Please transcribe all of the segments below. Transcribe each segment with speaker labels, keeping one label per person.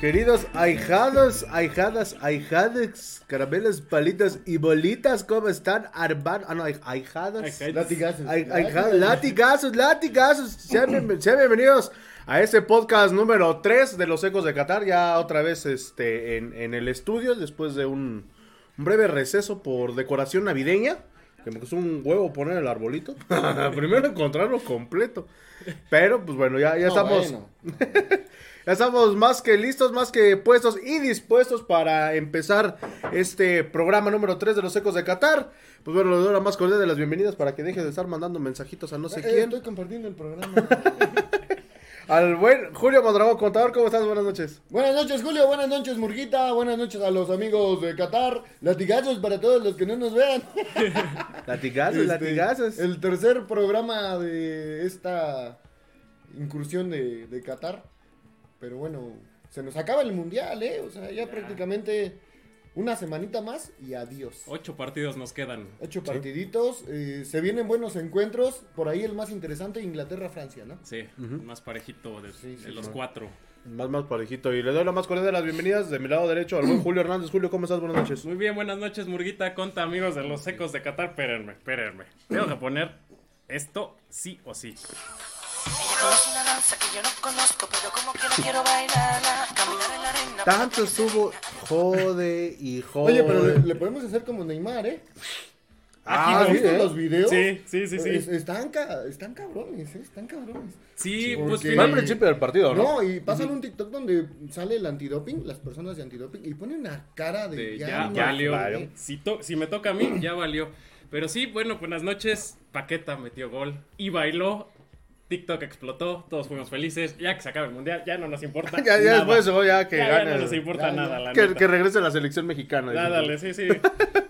Speaker 1: Queridos ahijados, ahijadas, ahijades, caramelos, palitos y bolitas, ¿cómo están? Armando, ah no, ahij- ahijadas.
Speaker 2: Ahijades.
Speaker 3: Latigazos.
Speaker 1: Ahij- ahijad- Latigazos, latigazos. Sean, bien- sean bienvenidos a este podcast número 3 de Los Ecos de Qatar. Ya otra vez este, en, en el estudio, después de un, un breve receso por decoración navideña. Que me costó un huevo poner el arbolito. Primero encontrarlo completo. Pero, pues bueno, ya,
Speaker 3: No,
Speaker 1: ya estamos.
Speaker 3: bueno.
Speaker 1: Ya estamos más que listos, más que puestos y dispuestos para empezar este programa número 3 de los Ecos de Qatar. Pues bueno, les doy la más cordial de las bienvenidas para que deje de estar mandando mensajitos a no sé
Speaker 3: Eh,
Speaker 1: quién.
Speaker 3: Estoy compartiendo el programa.
Speaker 1: Al buen Julio Mondragón, contador, ¿cómo estás? Buenas noches.
Speaker 3: buenas noches, Julio. Buenas noches, Murguita. Buenas noches a los amigos de Qatar. Latigazos para todos los que no nos vean.
Speaker 1: Latigazos,
Speaker 3: Este,
Speaker 1: latigazos.
Speaker 3: El tercer programa de esta incursión de, de Qatar. Pero bueno, se nos acaba el mundial, ¿eh? O sea, ya, prácticamente una semanita más y adiós.
Speaker 2: Ocho partidos nos quedan.
Speaker 3: Ocho partiditos. eh, se vienen buenos encuentros. Por ahí el más interesante, Inglaterra-Francia, ¿no?
Speaker 2: Sí, más parejito de,
Speaker 3: Sí, sí,
Speaker 2: de los
Speaker 3: sí.
Speaker 2: cuatro.
Speaker 1: Más, más parejito. Y le doy la más cordial de las bienvenidas de mi lado derecho al buen Julio Hernández. Julio, ¿cómo estás? Buenas noches.
Speaker 2: Muy bien, buenas noches, Murguita. Conta, amigos de los secos de Qatar. Espérenme, espérenme. Tengo que poner esto sí o sí.
Speaker 4: Es una danza que yo no conozco, pero como que no quiero bailarla. Caminar en la arena.
Speaker 1: Tanto estuvo jode y jode.
Speaker 3: Oye, pero le, le podemos hacer como Neymar, ¿eh?
Speaker 1: Ah,
Speaker 3: ¿Has
Speaker 1: sí,
Speaker 3: visto
Speaker 1: ¿eh?
Speaker 3: los videos?
Speaker 2: Sí, sí, sí, sí.
Speaker 3: Es- están, ca- están cabrones, ¿eh? Están cabrones.
Speaker 2: Sí,
Speaker 3: ¿por
Speaker 2: pues
Speaker 3: qué?
Speaker 1: Va al
Speaker 2: fíjate.
Speaker 1: principio del partido, ¿no?
Speaker 3: No, y pasan un TikTok donde sale el antidoping, las personas de antidoping, y ponen una cara de,
Speaker 2: de
Speaker 3: ya, ¿eh?
Speaker 2: ya,
Speaker 3: no
Speaker 2: valió.
Speaker 3: vale.
Speaker 2: Si, to- si me toca a mí, ya valió. Pero sí, bueno, buenas noches. Paqueta metió gol y bailó. TikTok explotó, todos fuimos felices. Ya que se acaba el mundial, ya no nos importa.
Speaker 1: Ya- ya
Speaker 2: nada.
Speaker 1: después, oh, ya que
Speaker 2: ya, ya
Speaker 1: gane.
Speaker 2: no nos importa
Speaker 3: Ya, ya.
Speaker 2: nada, la
Speaker 1: Que,
Speaker 2: neta.
Speaker 1: que regrese la selección mexicana.
Speaker 2: Ya,
Speaker 1: dicen.
Speaker 2: Ah, dale, sí, sí.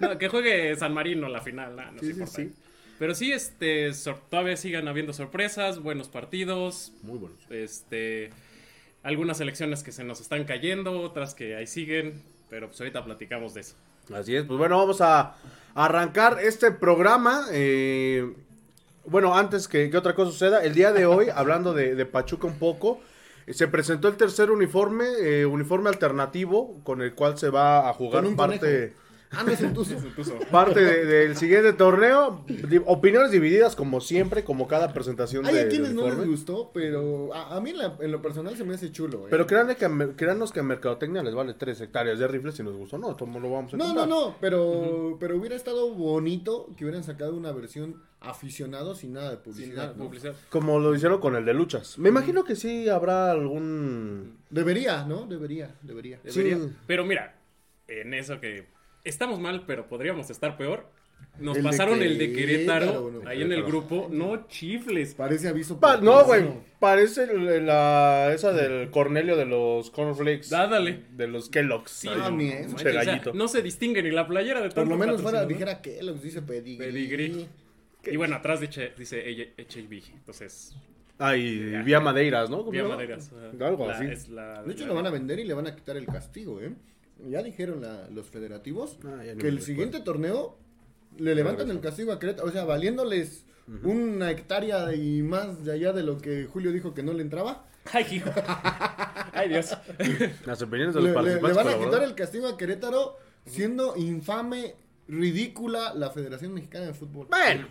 Speaker 2: No, que juegue San Marino la final, nah, no
Speaker 1: Sí,
Speaker 2: se
Speaker 1: sí,
Speaker 2: importa.
Speaker 1: sí.
Speaker 2: Pero sí, este, sor- todavía sigan habiendo sorpresas, buenos partidos,
Speaker 1: Muy buenos.
Speaker 2: este, algunas elecciones que se nos están cayendo, otras que ahí siguen, pero pues ahorita platicamos de eso.
Speaker 1: Así es, pues bueno, vamos a arrancar este programa. eh, bueno, antes que, que otra cosa suceda, el día de hoy, hablando de, de Pachuca un poco, eh, se presentó el tercer uniforme, eh, uniforme alternativo, con el cual se va a jugar
Speaker 3: Con un
Speaker 1: parte,
Speaker 3: Ah, no es un tuzo.
Speaker 2: Sutuso.
Speaker 1: parte de- del siguiente torneo. Di- Opiniones divididas como siempre, como cada presentación
Speaker 3: Hay
Speaker 1: de,
Speaker 3: a
Speaker 1: del
Speaker 3: quienes Ah, no les
Speaker 1: uniforme.
Speaker 3: gustó, pero a, a mí en, la- en lo personal se me hace chulo, ¿eh?
Speaker 1: Pero créanle que, a Mer- créanos que a Mercadotecnia les vale 3 hectáreas de rifles si nos gustó. No, esto no lo vamos a
Speaker 3: No, no,
Speaker 1: comprar.
Speaker 3: no, pero, pero hubiera estado bonito que hubieran sacado una versión aficionado sin nada de
Speaker 2: Sin
Speaker 3: publicidad.
Speaker 2: nada,
Speaker 3: ¿no?
Speaker 2: publicidad.
Speaker 1: Como lo hicieron con el de luchas. Me imagino que sí habrá algún...
Speaker 2: Mm.
Speaker 3: Debería, ¿no? Debería, debería.
Speaker 2: Debería.
Speaker 1: Sí.
Speaker 2: Pero mira, en eso que estamos mal, pero podríamos estar peor. Nos
Speaker 3: El de
Speaker 2: pasaron el de Querétaro,
Speaker 3: Querétaro, no,
Speaker 2: ahí en el
Speaker 1: Querétaro.
Speaker 2: grupo. No chifles.
Speaker 3: Parece aviso.
Speaker 1: Pa- no, güey.
Speaker 3: patrocinado.
Speaker 1: Parece el- la, esa del Cornelio de los Cornflakes.
Speaker 2: Ah, dale.
Speaker 1: De los Kellogg's.
Speaker 2: Sí,
Speaker 3: Ah,
Speaker 2: no,
Speaker 3: ni
Speaker 2: no
Speaker 3: eso.
Speaker 2: manches, o sea,
Speaker 1: Gallito.
Speaker 2: no se distingue ni la playera de
Speaker 3: Por
Speaker 2: tanto
Speaker 3: lo menos fuera,
Speaker 2: patrocinador.
Speaker 3: dijera que los dice pedigrí.
Speaker 2: Pedigrí. Y bueno, atrás dice, dice HB. Entonces,
Speaker 1: Ah, y Vía Madeiras, ¿no? ¿Cómo
Speaker 2: vía
Speaker 1: se llama?
Speaker 2: maderas. o sea,
Speaker 1: Algo
Speaker 2: la-
Speaker 1: así.
Speaker 2: es la-
Speaker 3: De hecho,
Speaker 2: la-
Speaker 3: lo van a vender y le van a quitar el castigo, ¿eh? Ya dijeron la- los federativos
Speaker 1: Ah, ya ni
Speaker 3: que
Speaker 1: me
Speaker 3: el
Speaker 1: recuerdo.
Speaker 3: siguiente torneo le levantan el castigo a Querétaro. O sea, valiéndoles una hectárea y más de allá de lo que Julio dijo que no le entraba.
Speaker 2: Ay, hijo. Ay, Dios.
Speaker 1: Las opiniones de
Speaker 3: Le,
Speaker 1: los
Speaker 3: le- le
Speaker 1: participantes.
Speaker 3: van a quitar
Speaker 1: colaboradores.
Speaker 3: el castigo a Querétaro siendo infame, ridícula la Federación Mexicana de Fútbol.
Speaker 1: Bueno,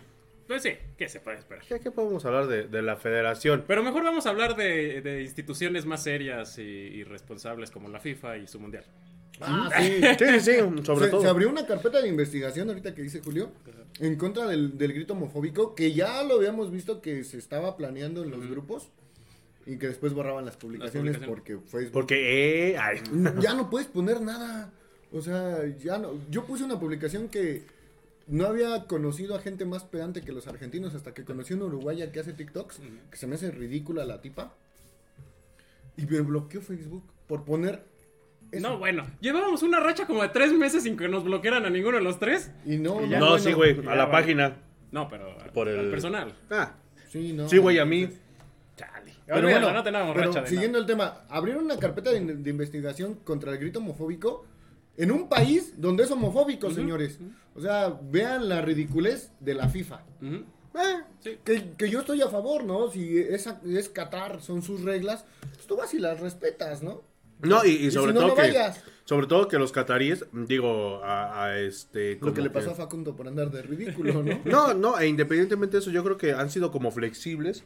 Speaker 2: Pues sí, ¿qué se puede esperar?
Speaker 1: ¿qué, qué podemos hablar de, de la federación?
Speaker 2: Pero mejor vamos a hablar de, de instituciones más serias y, y responsables como la FIFA y su mundial.
Speaker 3: Ah, sí.
Speaker 1: Sí, sí, sí, sobre
Speaker 3: se,
Speaker 1: todo.
Speaker 3: se abrió una carpeta de investigación ahorita que dice Julio en contra del, del grito homofóbico que ya lo habíamos visto que se estaba planeando en los grupos y que después borraban las publicaciones,
Speaker 2: publicaciones.
Speaker 3: porque Facebook
Speaker 1: Porque, eh, ay,
Speaker 3: ya no puedes poner nada. O sea, ya no. Yo puse una publicación que no había conocido a gente más pedante que los argentinos hasta que conocí a una uruguaya que hace TikToks, que se me hace ridícula la tipa. Y me bloqueó Facebook por poner eso.
Speaker 2: No, bueno, llevábamos una racha como de tres meses sin que nos bloquearan a ninguno de los tres.
Speaker 3: Y no,
Speaker 1: no,
Speaker 3: bueno.
Speaker 1: sí, güey,
Speaker 2: ya,
Speaker 1: a la
Speaker 2: bueno.
Speaker 1: página.
Speaker 2: No, pero a-
Speaker 1: Por el-
Speaker 2: al personal.
Speaker 1: Ah,
Speaker 3: Sí, no.
Speaker 1: sí, güey, a mí.
Speaker 2: Chale.
Speaker 3: Pero
Speaker 2: Olvídalo,
Speaker 3: bueno,
Speaker 2: no tenemos
Speaker 3: pero
Speaker 2: racha de nada.
Speaker 3: siguiendo el tema, abrieron una carpeta de, de investigación contra el grito homofóbico en un país donde es homofóbico, señores. O sea, vean la ridiculez de la FIFA.
Speaker 2: Ujú.
Speaker 3: Eh,
Speaker 2: Sí.
Speaker 3: que, que yo estoy a favor, ¿no? Si es, es Qatar, son sus reglas, pues tú vas y las respetas, ¿no?
Speaker 1: No, y, y
Speaker 3: Y
Speaker 1: sobre
Speaker 3: si no,
Speaker 1: todo
Speaker 3: no
Speaker 1: que.
Speaker 3: vayas.
Speaker 1: Sobre todo que los cataríes, digo, a, a este.
Speaker 3: Lo
Speaker 1: como
Speaker 3: que le pasó
Speaker 1: que-
Speaker 3: a Facundo por andar de ridículo, ¿no?
Speaker 1: No, no, e independientemente de eso, yo creo que han sido como flexibles.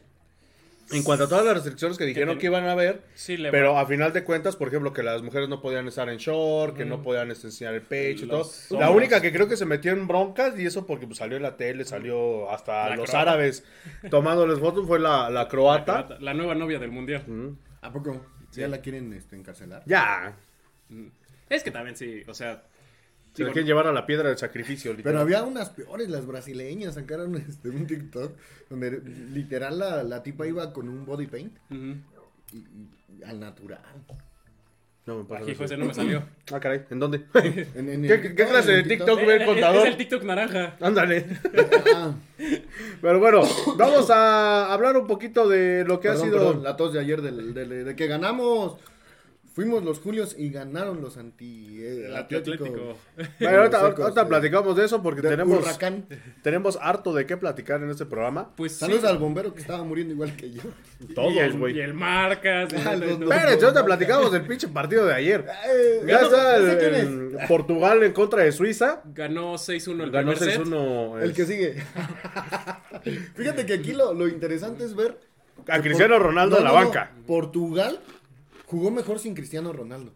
Speaker 1: En cuanto a todas las restricciones que dijeron
Speaker 2: ten-
Speaker 1: que iban a haber,
Speaker 2: Sí, le
Speaker 1: pero a final de cuentas, por ejemplo, que las mujeres no podían estar en short, que no podían este, enseñar el pecho y todo.
Speaker 2: Los
Speaker 1: La
Speaker 2: hombres.
Speaker 1: única que creo que se metió en broncas, y eso porque pues, salió en la tele, salió hasta
Speaker 2: La
Speaker 1: los
Speaker 2: croata.
Speaker 1: árabes tomándoles fotos, fue la, la croata.
Speaker 2: La, la nueva novia del mundial.
Speaker 3: ¿A poco? ¿Ya la quieren este, encarcelar?
Speaker 1: Ya,
Speaker 2: Es que también sí, o sea.
Speaker 1: se
Speaker 2: digo,
Speaker 1: la quieren llevar a la piedra del sacrificio,
Speaker 3: Pero
Speaker 1: literal.
Speaker 3: había unas peores, las brasileñas sacaron este, un TikTok donde literal la, la tipa iba con un body paint
Speaker 2: ujú.
Speaker 3: y- y- al natural.
Speaker 1: No me pasa
Speaker 2: Aquí,
Speaker 1: eso.
Speaker 2: José, no me salió.
Speaker 1: Ah, caray, ¿en dónde?
Speaker 3: En- en el
Speaker 1: ¿Qué,
Speaker 3: TikTok,
Speaker 1: qué clase
Speaker 3: en
Speaker 1: de
Speaker 3: el
Speaker 1: TikTok
Speaker 2: Eh,
Speaker 1: ve el
Speaker 2: eh,
Speaker 1: contador?
Speaker 2: Es el TikTok naranja.
Speaker 1: Ándale.
Speaker 3: Ah,
Speaker 1: Pero bueno, vamos a hablar un poquito de lo que
Speaker 3: perdón,
Speaker 1: ha sido.
Speaker 3: perdón, la tos de ayer del, del- de que ganamos. Fuimos los Julios y ganaron los anti... eh,
Speaker 2: El Atlético.
Speaker 1: Bueno, ahorita,
Speaker 3: Los ecos,
Speaker 1: ahorita
Speaker 3: eh,
Speaker 1: platicamos de eso porque
Speaker 3: de
Speaker 1: tenemos,
Speaker 3: Huracán.
Speaker 1: tenemos harto de qué platicar en este programa.
Speaker 2: Pues
Speaker 3: Saludos
Speaker 2: sí.
Speaker 3: al bombero que estaba muriendo igual que yo.
Speaker 2: Y
Speaker 1: Todos,
Speaker 2: el- Y
Speaker 1: güey.
Speaker 2: el Marcas. y
Speaker 3: Ah,
Speaker 2: el-
Speaker 3: los dos.
Speaker 1: Espérense, ahorita platicamos del pinche partido de ayer. Eh, Ya
Speaker 3: ganó-
Speaker 1: está
Speaker 3: ¿ese
Speaker 1: el-
Speaker 3: quién
Speaker 1: el Portugal en contra de Suiza.
Speaker 2: Ganó 6-1 el
Speaker 1: Ganó este,
Speaker 2: primer set.
Speaker 1: 6-1.
Speaker 3: El que
Speaker 1: es-
Speaker 3: sigue. Fíjate que aquí lo, lo interesante es ver.
Speaker 1: A
Speaker 3: que
Speaker 1: Cristiano
Speaker 3: por-
Speaker 1: Ronaldo en la banca.
Speaker 3: Portugal jugó mejor sin Cristiano Ronaldo.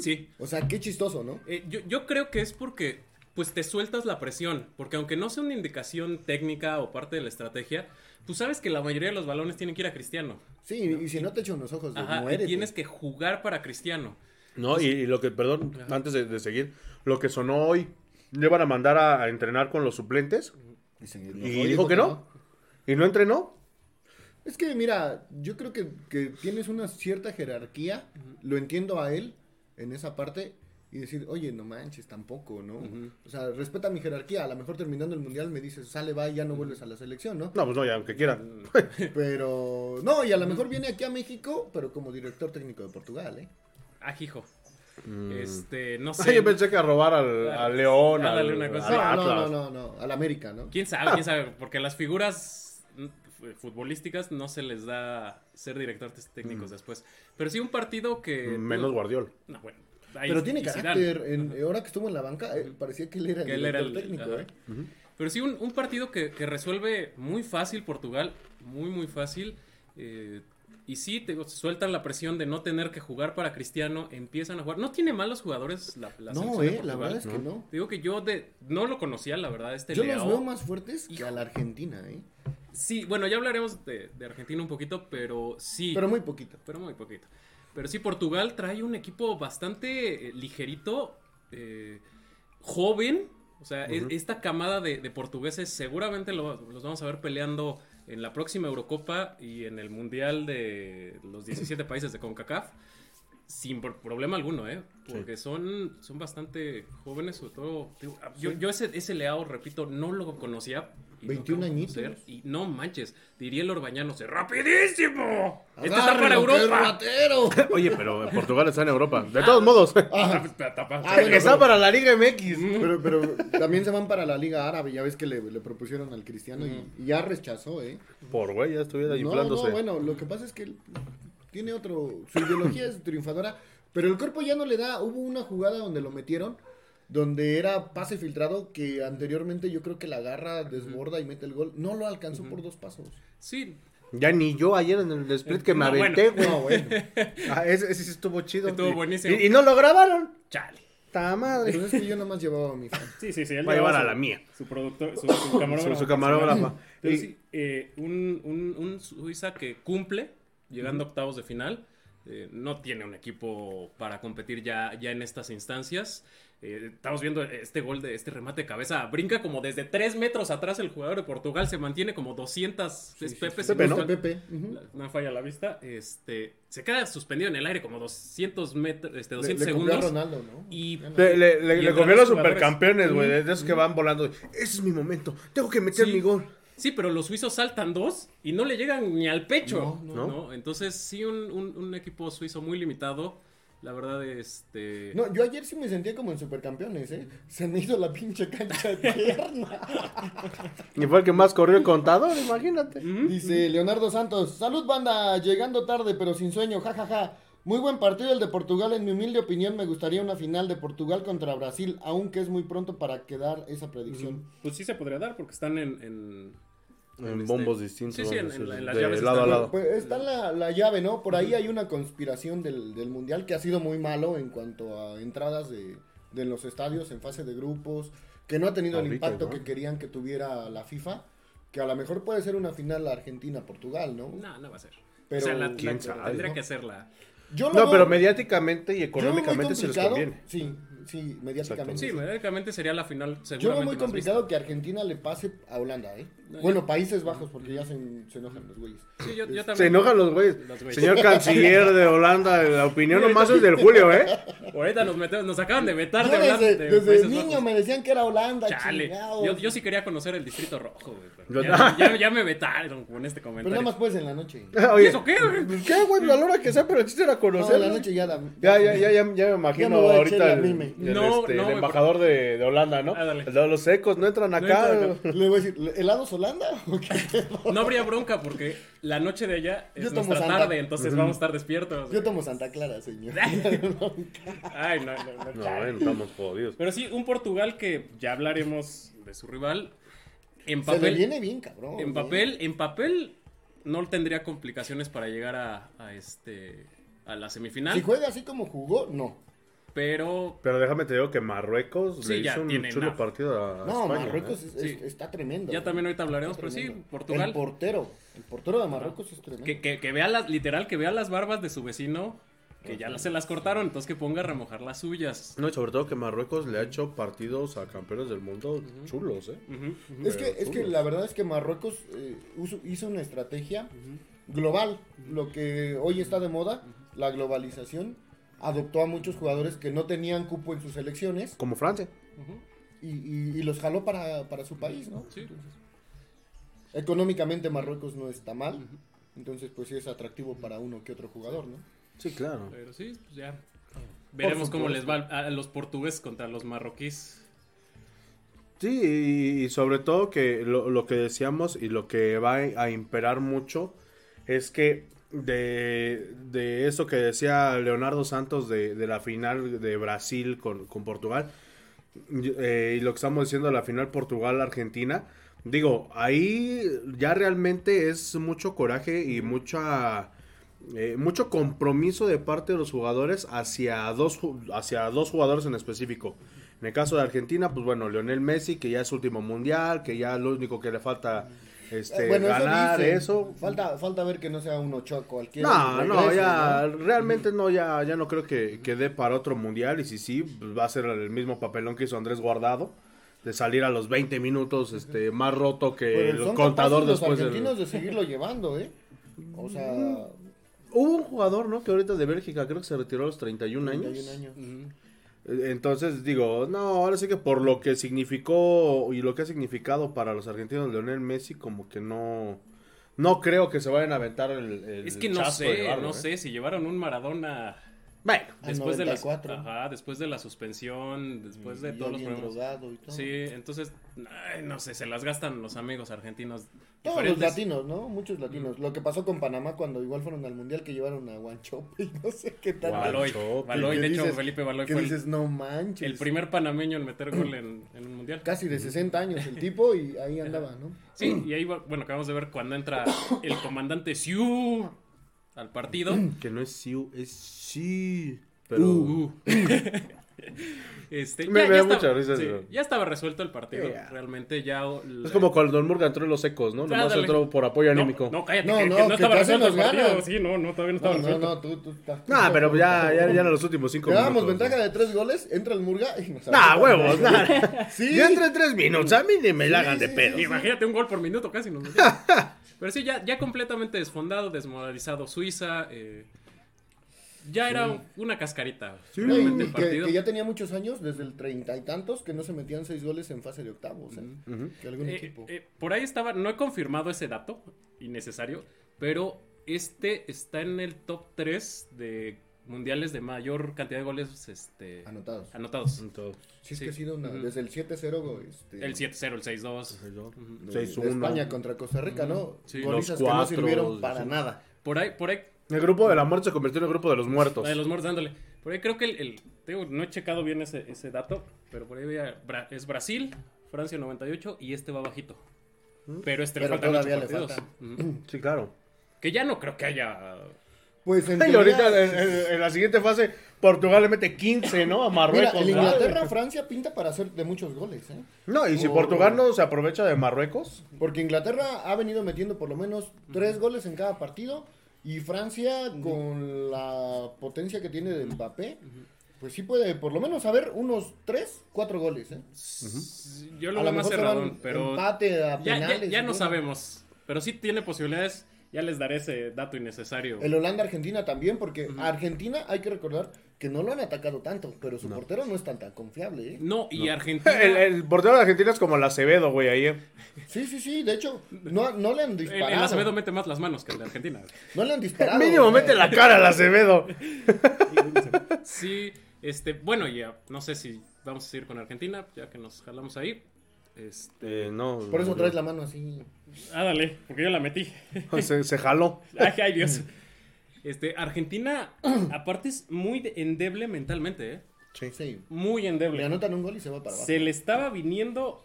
Speaker 2: Sí.
Speaker 3: O sea, qué chistoso, ¿no?
Speaker 2: Eh, yo, yo creo que es porque pues te sueltas la presión, porque aunque no sea una indicación técnica o parte de la estrategia, tú sabes que la mayoría de los balones tienen que ir a Cristiano.
Speaker 3: Sí, y si no te echan los
Speaker 1: Pues
Speaker 3: ojos,
Speaker 2: Ajá, y
Speaker 3: muérete.
Speaker 2: tienes que jugar para Cristiano.
Speaker 1: No, y, y lo que, perdón, antes de, de seguir, lo que sonó hoy, llevan a mandar a, a entrenar con los suplentes
Speaker 3: Y, se-
Speaker 1: y dijo que no. Y no entrenó.
Speaker 3: Es que, mira, yo creo que, que tienes una cierta jerarquía. Lo entiendo a él en esa parte. Y decir, oye, no manches, tampoco, ¿no? O sea, respeta mi jerarquía. A lo mejor terminando el mundial me dices, sale, va, y ya no vuelves a la selección, ¿no?
Speaker 1: No, pues no, ya, aunque quieran.
Speaker 3: Pero no, y a lo mejor viene aquí a México, pero como director técnico de Portugal, ¿eh?
Speaker 2: Ah, hijo. Este, no
Speaker 1: Ah,
Speaker 2: sé.
Speaker 1: yo pensé que a robar al,
Speaker 2: Claro.
Speaker 1: a León,
Speaker 2: Ah,
Speaker 1: al,
Speaker 2: dale una cosa.
Speaker 1: al
Speaker 3: No, no,
Speaker 1: Atlas.
Speaker 3: no, no, no, al América, ¿no?
Speaker 2: ¿Quién sabe? ¿Quién sabe? Porque las figuras mm, f- futbolísticas no se les da ser directores técnicos después. Pero sí un partido que...
Speaker 1: Mm, Menos Guardiol.
Speaker 2: No, bueno. ahí-
Speaker 3: Pero tiene
Speaker 2: y Zidane.
Speaker 3: carácter. En, ahora que estuvo en la banca, eh, parecía que él era el
Speaker 2: Que él era
Speaker 3: director
Speaker 2: el-
Speaker 3: técnico,
Speaker 2: ajá.
Speaker 3: ¿eh?
Speaker 2: Pero sí, un, un partido que, que resuelve muy fácil Portugal, muy, muy fácil. eh, y sí, te, digo, sueltan la presión de no tener que jugar para Cristiano, empiezan a jugar. No tiene malos jugadores la, la
Speaker 3: No,
Speaker 2: selección de
Speaker 3: ¿eh? La
Speaker 2: Portugal.
Speaker 3: verdad es que no.
Speaker 2: Te digo que yo de, no lo conocía, la verdad, este
Speaker 3: Yo los
Speaker 2: Leao.
Speaker 3: veo más fuertes que
Speaker 2: Hijo.
Speaker 3: a la Argentina, ¿eh?
Speaker 2: Sí, bueno, ya hablaremos de, de Argentina un poquito, pero sí.
Speaker 3: Pero muy poquito.
Speaker 2: pero muy poquito. Pero sí, Portugal trae un equipo bastante eh, ligerito, eh, joven. O sea, e- esta camada de, de portugueses seguramente lo- los vamos a ver peleando en la próxima Eurocopa y en el Mundial de los 17 países de CONCACAF. Sin pro- problema alguno, ¿eh? Porque son, son bastante jóvenes, sobre todo. digo, ah, Yo, yo ese, ese Leao, repito, no lo conocía. y lo
Speaker 3: 21
Speaker 2: acabo de conocer,
Speaker 3: añitos.
Speaker 2: Y no manches, diría el Orbañano, se ¡rapidísimo! Este está para
Speaker 3: ¡Agárrenlo, que es
Speaker 2: Europa.
Speaker 3: ratero!
Speaker 1: Oye, pero Portugal está en Europa. De todos modos, Mm.
Speaker 2: Ah, ta- ta- ta-
Speaker 3: Ah, bueno,
Speaker 1: está
Speaker 3: pero-
Speaker 1: para la Liga MX.
Speaker 3: Pero, pero también se van para la Liga Árabe, ya ves que le, le propusieron al Cristiano y, y ya rechazó, ¿eh?
Speaker 1: Por güey, ya estuviera
Speaker 3: No,
Speaker 1: inflándose.
Speaker 3: no, bueno, lo que pasa es que él tiene otro, su ideología es triunfadora, pero el cuerpo ya no le da, hubo una jugada donde lo metieron, donde era pase filtrado que anteriormente yo creo que la agarra, desborda y mete el gol, no lo alcanzó por dos pasos.
Speaker 2: Sí,
Speaker 1: Ya ni yo ayer en el split que me
Speaker 2: No,
Speaker 1: aventé, güey.
Speaker 3: No, bueno.
Speaker 1: Ah, ese, ese sí estuvo chido.
Speaker 2: Estuvo
Speaker 1: Y-
Speaker 2: buenísimo.
Speaker 1: Y, y no lo grabaron.
Speaker 2: chale.
Speaker 1: ¡Ta madre!
Speaker 3: Entonces es que yo nomás llevaba mi fan.
Speaker 2: Sí, sí, sí.
Speaker 1: Va a llevar a la mía.
Speaker 2: Su productor, su, su camarógrafo.
Speaker 1: Su- su camarógrafo.
Speaker 2: Pero
Speaker 1: Y-
Speaker 2: sí, eh, un, un, un Suiza que cumple, llegando a octavos de final. eh, no tiene un equipo para competir ya, ya en estas instancias. Eh, estamos viendo este gol de este remate de cabeza. Brinca como desde tres metros atrás el jugador de Portugal. Se mantiene como 200. es Pepe, si
Speaker 1: Pepe,
Speaker 2: no
Speaker 1: ¿no?
Speaker 2: estoy-
Speaker 3: Pepe, ujú.
Speaker 2: La- Una falla a la vista. Este, se queda suspendido en el aire como 200 metros, este,
Speaker 3: le,
Speaker 2: 200
Speaker 3: le copió
Speaker 2: segundos.
Speaker 3: a Ronaldo, ¿no?
Speaker 2: Y
Speaker 1: Le, le,
Speaker 2: Y
Speaker 1: le, le
Speaker 2: entre
Speaker 1: comió
Speaker 2: los
Speaker 1: los
Speaker 2: jugadores.
Speaker 1: supercampeones, güey. De esos que van volando. Ese es mi momento. Tengo que meter
Speaker 2: Sí.
Speaker 1: mi gol.
Speaker 2: Sí, pero los suizos saltan dos y no le llegan ni al pecho.
Speaker 3: No,
Speaker 2: No,
Speaker 1: no.
Speaker 2: Entonces, sí, un, un- un equipo suizo muy limitado. La verdad, este.
Speaker 3: No, yo ayer sí me sentía como en Supercampeones, ¿eh? Se me hizo la pinche cancha tierna.
Speaker 1: Y fue el que más corrió el contador, imagínate.
Speaker 3: Dice Leonardo Santos, salud banda, llegando tarde pero sin sueño, jajaja. Muy buen partido el de Portugal, en mi humilde opinión me gustaría una final de Portugal contra Brasil, aunque es muy pronto para quedar esa predicción.
Speaker 2: Pues sí se podría dar porque están en. En,
Speaker 1: En
Speaker 3: este,
Speaker 1: bombos distintos,
Speaker 2: Sí, sí, en,
Speaker 1: vamos,
Speaker 2: en la- en
Speaker 1: de
Speaker 2: las llaves.
Speaker 1: lado a
Speaker 2: están-
Speaker 1: lado.
Speaker 3: Pues está la, la llave, ¿no? Por ahí hay una conspiración del, del Mundial que ha sido muy malo en cuanto a entradas de, de los estadios en fase de grupos, que no ha tenido el
Speaker 1: Ahorita,
Speaker 3: impacto
Speaker 1: ¿no?
Speaker 3: que querían que tuviera la FIFA, que a lo mejor puede ser una final Argentina-Portugal, ¿no?
Speaker 2: No, no va a ser.
Speaker 3: Pero-
Speaker 2: o sea, la,
Speaker 1: ¿Quién
Speaker 2: la-
Speaker 1: sabe,
Speaker 2: tendría
Speaker 1: no?
Speaker 2: que hacerla.
Speaker 3: Yo lo
Speaker 1: No,
Speaker 3: veo-
Speaker 1: pero mediáticamente y
Speaker 3: yo lo veo muy
Speaker 1: económicamente se les
Speaker 3: complicado.
Speaker 1: conviene.
Speaker 3: Sí, sí, mediáticamente.
Speaker 2: Sí,
Speaker 3: sí.
Speaker 2: mediáticamente sería la
Speaker 3: Yo
Speaker 2: final
Speaker 3: veo
Speaker 2: seguramente.
Speaker 3: muy
Speaker 2: más
Speaker 3: complicado que Argentina le pase a Holanda, ¿eh?
Speaker 2: No,
Speaker 3: Bueno, Países Bajos, porque ya se, se enojan los güeyes.
Speaker 2: vista. Sí, yo, yo también.
Speaker 1: Se enojan los güeyes.
Speaker 2: Los güeyes.
Speaker 1: Señor canciller de Holanda, la opinión nomás es del Julio, ¿eh?
Speaker 2: Ahorita nos, metemos- nos acaban de vetar de
Speaker 3: Yo
Speaker 2: hablar
Speaker 3: desde,
Speaker 2: de
Speaker 3: desde
Speaker 2: Países
Speaker 3: niño
Speaker 2: Bajos.
Speaker 3: me decían que era Holanda,
Speaker 2: Chale,
Speaker 3: chingados.
Speaker 2: yo, yo sí quería conocer el Distrito Rojo, güey.
Speaker 1: Yo-
Speaker 2: pero Ya, ya- ya me vetaron con este
Speaker 3: Pero
Speaker 2: comentario.
Speaker 3: nada más puedes en la noche.
Speaker 2: ¿Y
Speaker 1: Oye,
Speaker 2: eso qué, güey?
Speaker 1: pues, ¿Qué, güey? La hora que sea, pero el chiste era
Speaker 3: No,
Speaker 1: conocer.
Speaker 3: en la noche ya da.
Speaker 1: Ya, ya, ya, ya, ya me imagino
Speaker 3: me voy a echar la
Speaker 1: ahorita el,
Speaker 3: mime.
Speaker 1: el,
Speaker 2: No,
Speaker 1: este,
Speaker 2: no,
Speaker 1: el
Speaker 2: güey,
Speaker 1: embajador de, de Holanda, ¿no?
Speaker 2: Ándale.
Speaker 1: Los- Los secos no entran acá.
Speaker 2: entran acá.
Speaker 3: Le voy a decir, ¿le- ¿helados Holanda? ¿O qué?
Speaker 2: No habría bronca porque la noche de allá
Speaker 3: Yo
Speaker 2: es
Speaker 3: tomo
Speaker 2: nuestra
Speaker 3: Santa.
Speaker 2: tarde, entonces vamos a estar despiertos.
Speaker 3: Yo tomo Santa Clara, señor.
Speaker 2: Ay, no, no, no,
Speaker 1: no,
Speaker 2: chale.
Speaker 1: bueno, estamos jodidos.
Speaker 2: Pero sí, un Portugal que ya hablaremos de su rival. En
Speaker 3: Se le
Speaker 2: papel,
Speaker 3: viene bien, cabrón.
Speaker 2: en
Speaker 3: ¿eh?
Speaker 2: papel, en papel no tendría complicaciones para llegar a, a este a la semifinal,
Speaker 3: Si juega así como jugó, no.
Speaker 2: pero
Speaker 1: Pero déjame te digo que Marruecos
Speaker 2: Sí,
Speaker 1: le
Speaker 2: ya
Speaker 1: hizo un
Speaker 2: tiene
Speaker 1: chulo
Speaker 2: nada.
Speaker 1: partido a
Speaker 3: No,
Speaker 1: España.
Speaker 3: Marruecos
Speaker 1: ¿eh?
Speaker 3: es- es-
Speaker 2: Sí.
Speaker 3: está tremendo.
Speaker 2: ya también ahorita hablaremos,
Speaker 3: Está
Speaker 2: pero sí,
Speaker 3: tremendo.
Speaker 2: Portugal
Speaker 3: El portero. El portero de Marruecos es tremendo.
Speaker 2: que, que- que vea las literal que vea las barbas de su vecino que ya se las cortaron, entonces que ponga a remojar las suyas.
Speaker 1: No, y sobre todo que Marruecos le ha hecho partidos a campeones del mundo chulos, ¿eh?
Speaker 2: Ujú.
Speaker 3: Es que, es que la verdad es que Marruecos eh, uso- hizo una estrategia global, lo que hoy está de moda, la globalización, adoptó a muchos jugadores que no tenían cupo en sus selecciones
Speaker 1: Como Francia.
Speaker 3: y, y- y los jaló para, para su país, ¿no?
Speaker 2: Sí.
Speaker 3: Económicamente Marruecos no está mal, entonces pues sí es atractivo para uno que otro jugador, ¿no?
Speaker 1: Sí, claro.
Speaker 2: Pero sí, pues ya. Veremos cómo les va
Speaker 3: supuesto.
Speaker 2: a a los portugueses contra los marroquíes.
Speaker 1: Sí, y, y sobre todo que lo, lo que decíamos y lo que va a imperar mucho es que de, de eso que decía Leonardo Santos de, de la final de Brasil con, con Portugal y- eh, y lo que estamos diciendo de la final Portugal-Argentina, digo, ahí ya realmente es mucho coraje y mucha... eh, mucho compromiso de parte de los jugadores hacia dos, ju- hacia dos jugadores en específico. En el caso de Argentina, pues bueno, Lionel Messi, que ya es su último mundial, que ya lo único que le falta este,
Speaker 3: Eh, bueno, eso
Speaker 1: ganar,
Speaker 3: dicen.
Speaker 1: eso.
Speaker 3: Falta, falta ver que no sea un ochoa cualquiera.
Speaker 1: No,
Speaker 3: y
Speaker 1: no,
Speaker 3: regrese,
Speaker 1: ya, realmente no, ya, ya no creo que, que dé para otro mundial. Y si sí, pues va a ser el mismo papelón que hizo Andrés Guardado, de salir a los 20 minutos este, más roto que
Speaker 3: Pero
Speaker 1: el
Speaker 3: Pues, son
Speaker 1: contador
Speaker 3: capaces los
Speaker 1: después del-
Speaker 3: argentinos de seguirlo llevando, ¿eh? O sea,
Speaker 1: Hubo un jugador, ¿no? Que ahorita de Bélgica creo que se retiró a los 31,
Speaker 3: 31
Speaker 1: años.
Speaker 3: años.
Speaker 1: Eh, Entonces digo, no, ahora sí que por lo que significó y lo que ha significado para los argentinos Leonel Messi, como que no, no creo que se vayan a aventar el, el
Speaker 2: es que no
Speaker 1: chasco de
Speaker 2: sé,
Speaker 1: llevarlo,
Speaker 2: no
Speaker 1: ¿eh?
Speaker 2: sé si llevaron un Maradona
Speaker 1: Bueno,
Speaker 3: Al
Speaker 2: después de la
Speaker 3: 94.
Speaker 2: ajá, después de la suspensión, después Pues de
Speaker 3: Y
Speaker 2: todos los
Speaker 3: alguien
Speaker 2: problemas.
Speaker 3: drogado y todo.
Speaker 2: Sí, entonces ay, no sé, se las gastan los amigos argentinos
Speaker 3: Todos los
Speaker 2: diferentes.
Speaker 3: latinos, ¿no? Muchos latinos. Lo que pasó con Panamá cuando igual fueron al mundial que llevaron a Guanchope y no sé qué tal.
Speaker 1: Guau.
Speaker 2: Baloy,
Speaker 1: Chope.
Speaker 2: Baloy,
Speaker 3: ¿Qué
Speaker 2: de hecho
Speaker 3: dices?
Speaker 2: Felipe Baloy
Speaker 3: Que
Speaker 2: fue el-
Speaker 3: dices, no
Speaker 2: el,
Speaker 3: manches.
Speaker 2: primer panameño en meter gol en, en un mundial.
Speaker 3: Casi de 60 años el tipo y ahí andaba, ¿no?
Speaker 2: Sí, y ahí va- bueno, acabamos de ver cuando entra el comandante Siu al partido.
Speaker 1: que no es Siu, es sí, pero
Speaker 2: Uh. este,
Speaker 1: Me-
Speaker 2: ya,
Speaker 1: me
Speaker 2: ya
Speaker 1: da mucha
Speaker 2: estaba,
Speaker 1: risa
Speaker 2: sí,
Speaker 1: eso.
Speaker 2: ya estaba resuelto el partido.
Speaker 1: Yeah.
Speaker 2: Realmente ya. o- la-
Speaker 1: es como cuando el Murga entró en los secos, ¿no?
Speaker 2: Ah,
Speaker 1: Nomás
Speaker 2: dale.
Speaker 1: entró por apoyo anímico.
Speaker 2: No, no, cállate,
Speaker 3: No,
Speaker 2: que, que
Speaker 3: no,
Speaker 2: no,
Speaker 3: que
Speaker 2: estaba
Speaker 3: te hacen
Speaker 2: resuelto el
Speaker 3: las
Speaker 2: partido.
Speaker 3: ganas.
Speaker 2: Sí, no, no, todavía no estaba
Speaker 3: No, no,
Speaker 2: resuelto.
Speaker 3: no, tú, tú estás.
Speaker 1: Nah, Ah, pero ya, ya, ya en los últimos cinco
Speaker 3: Llevábamos
Speaker 1: minutos.
Speaker 3: ventaja de tres goles, entra el Murga y nos
Speaker 1: Nah,
Speaker 3: aventamos.
Speaker 1: huevos, nah.
Speaker 3: Sí.
Speaker 1: Yo entré en tres minutos, a mí ni me la hagan de
Speaker 3: sí,
Speaker 1: pedo.
Speaker 3: sí.
Speaker 2: Imagínate un gol por minuto casi nos metían. Pero sí, ya, ya completamente desfondado, desmoralizado Suiza. eh, ya era una cascarita.
Speaker 1: Sí.
Speaker 3: No, y
Speaker 2: realmente el
Speaker 3: que,
Speaker 2: partido.
Speaker 3: que ya tenía muchos años, desde el treinta y tantos, que no se metían seis goles en fase de octavos. ¿eh? Que algún
Speaker 2: Eh,
Speaker 3: equipo.
Speaker 2: eh, por ahí estaba, no he confirmado ese dato innecesario, pero este está en el top 3 de mundiales de mayor cantidad de goles este,
Speaker 3: Anotados.
Speaker 2: anotados.
Speaker 1: Entonces,
Speaker 3: Sí, es
Speaker 2: sí.
Speaker 3: que ha sido una-
Speaker 2: Ujú.
Speaker 3: desde el 7-0. Este,
Speaker 2: El 7-0, el 6-2.
Speaker 3: de- de
Speaker 1: 6-1.
Speaker 3: España contra Costa Rica, ¿no?
Speaker 2: Sí.
Speaker 3: Golizas
Speaker 1: Los
Speaker 3: que no
Speaker 1: cuatro,
Speaker 3: sirvieron para
Speaker 1: sí.
Speaker 3: nada.
Speaker 2: Por ahí, por ahí
Speaker 1: El grupo de la muerte se convirtió en el grupo de los muertos.
Speaker 2: La de los muertos, dándole. Por ahí creo que el. el- tengo- no he checado bien ese, ese dato, pero por ahí veía Bra- es Brasil, Francia 98 y este va bajito. Pero este
Speaker 3: Pero
Speaker 2: le faltan
Speaker 3: todavía
Speaker 2: ocho
Speaker 3: le
Speaker 2: partidos. Ujú.
Speaker 1: Sí, claro.
Speaker 2: Que ya no creo que haya.
Speaker 3: Pues en
Speaker 1: Y ahorita
Speaker 3: teoría-
Speaker 1: en, en- en la siguiente fase, Portugal le mete 15, ¿no? A
Speaker 3: Mira,
Speaker 1: Marruecos.
Speaker 3: el
Speaker 1: ¿no?
Speaker 3: Inglaterra-Francia pinta para hacer de muchos goles, ¿eh?
Speaker 1: No, y si Portugal no se aprovecha de Marruecos.
Speaker 3: Porque Inglaterra ha venido metiendo por lo menos tres goles en cada partido y Francia con la potencia que tiene de Mbappé, pues sí puede por lo menos haber unos tres, cuatro goles, ¿eh?
Speaker 2: S- Yo
Speaker 3: A
Speaker 2: lo veo más
Speaker 3: mejor se van
Speaker 2: cerradón, pero.
Speaker 3: empate a
Speaker 2: Ya, ya,
Speaker 3: penales,
Speaker 2: ya no
Speaker 3: ¿no?
Speaker 2: sabemos. Pero sí tiene posibilidades. Ya les daré ese dato innecesario.
Speaker 3: El Holanda-Argentina también, porque a Argentina hay que recordar que no lo han atacado tanto, pero su portero no es tan, tan confiable, ¿eh?
Speaker 2: No, y Argentina.
Speaker 1: El, el portero de Argentina es como el Acevedo, güey, ahí. eh.
Speaker 3: Sí, sí, sí, de hecho, no, no le han
Speaker 2: el- el
Speaker 3: disparado.
Speaker 2: Acevedo mete más las manos que el de Argentina.
Speaker 3: No le han disparado.
Speaker 1: Mínimo,
Speaker 3: güey.
Speaker 1: mete la cara al Acevedo.
Speaker 2: Sí, este, bueno, ya, no sé si vamos a seguir con Argentina, ya que nos jalamos ahí. Este,
Speaker 1: Eh, no.
Speaker 3: Por eso traes la mano así.
Speaker 2: ah, dale, porque yo la metí.
Speaker 1: Se, se jaló.
Speaker 2: Ay, ay, Dios. Este, Argentina, aparte es muy de- endeble mentalmente, ¿eh?
Speaker 3: Sí.
Speaker 2: Muy
Speaker 3: Le
Speaker 2: endeble.
Speaker 3: anotan un gol y se va para abajo.
Speaker 2: Se le estaba viniendo,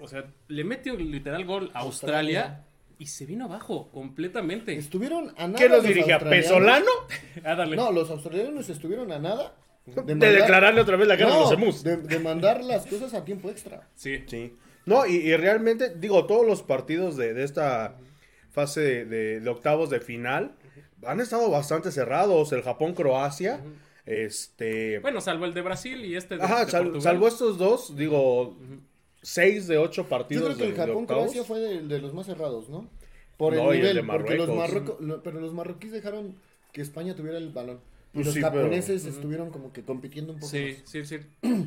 Speaker 2: o sea, le mete un literal gol a Australia,
Speaker 3: Australia.
Speaker 2: y se vino abajo completamente.
Speaker 3: Estuvieron a nada.
Speaker 1: ¿Qué los
Speaker 3: los
Speaker 1: dirige? ¿A
Speaker 3: australianos.
Speaker 1: Pesolano?
Speaker 2: Ah, dale.
Speaker 3: No, los australianos estuvieron a nada de,
Speaker 1: De
Speaker 3: mandar-
Speaker 1: declararle otra vez la guerra a los
Speaker 3: No,
Speaker 1: emus.
Speaker 3: de, de mandar las cosas a tiempo extra.
Speaker 2: Sí.
Speaker 1: Sí. No, y, y realmente, digo, todos los partidos de, de esta fase de, de- de octavos de final han estado bastante cerrados. El Japón-Croacia, este...
Speaker 2: Bueno, salvo el de Brasil y este de,
Speaker 1: ajá,
Speaker 2: de
Speaker 1: sal-
Speaker 2: Portugal.
Speaker 1: salvo estos dos, digo, seis de ocho
Speaker 3: Yo
Speaker 1: partidos
Speaker 3: creo que
Speaker 1: de,
Speaker 3: el
Speaker 1: de octavos.
Speaker 3: Japón-Croacia fue de, de los más cerrados, ¿no? Por el
Speaker 1: No, y el
Speaker 3: nivel,
Speaker 1: de
Speaker 3: porque los marroco-
Speaker 1: Marruecos.
Speaker 3: lo- pero los marroquíes dejaron que España tuviera el balón. Y
Speaker 1: Pues
Speaker 3: los
Speaker 1: sí, pero-
Speaker 3: japoneses estuvieron como que compitiendo un poco.
Speaker 2: Sí,
Speaker 3: más.
Speaker 2: sí, sí.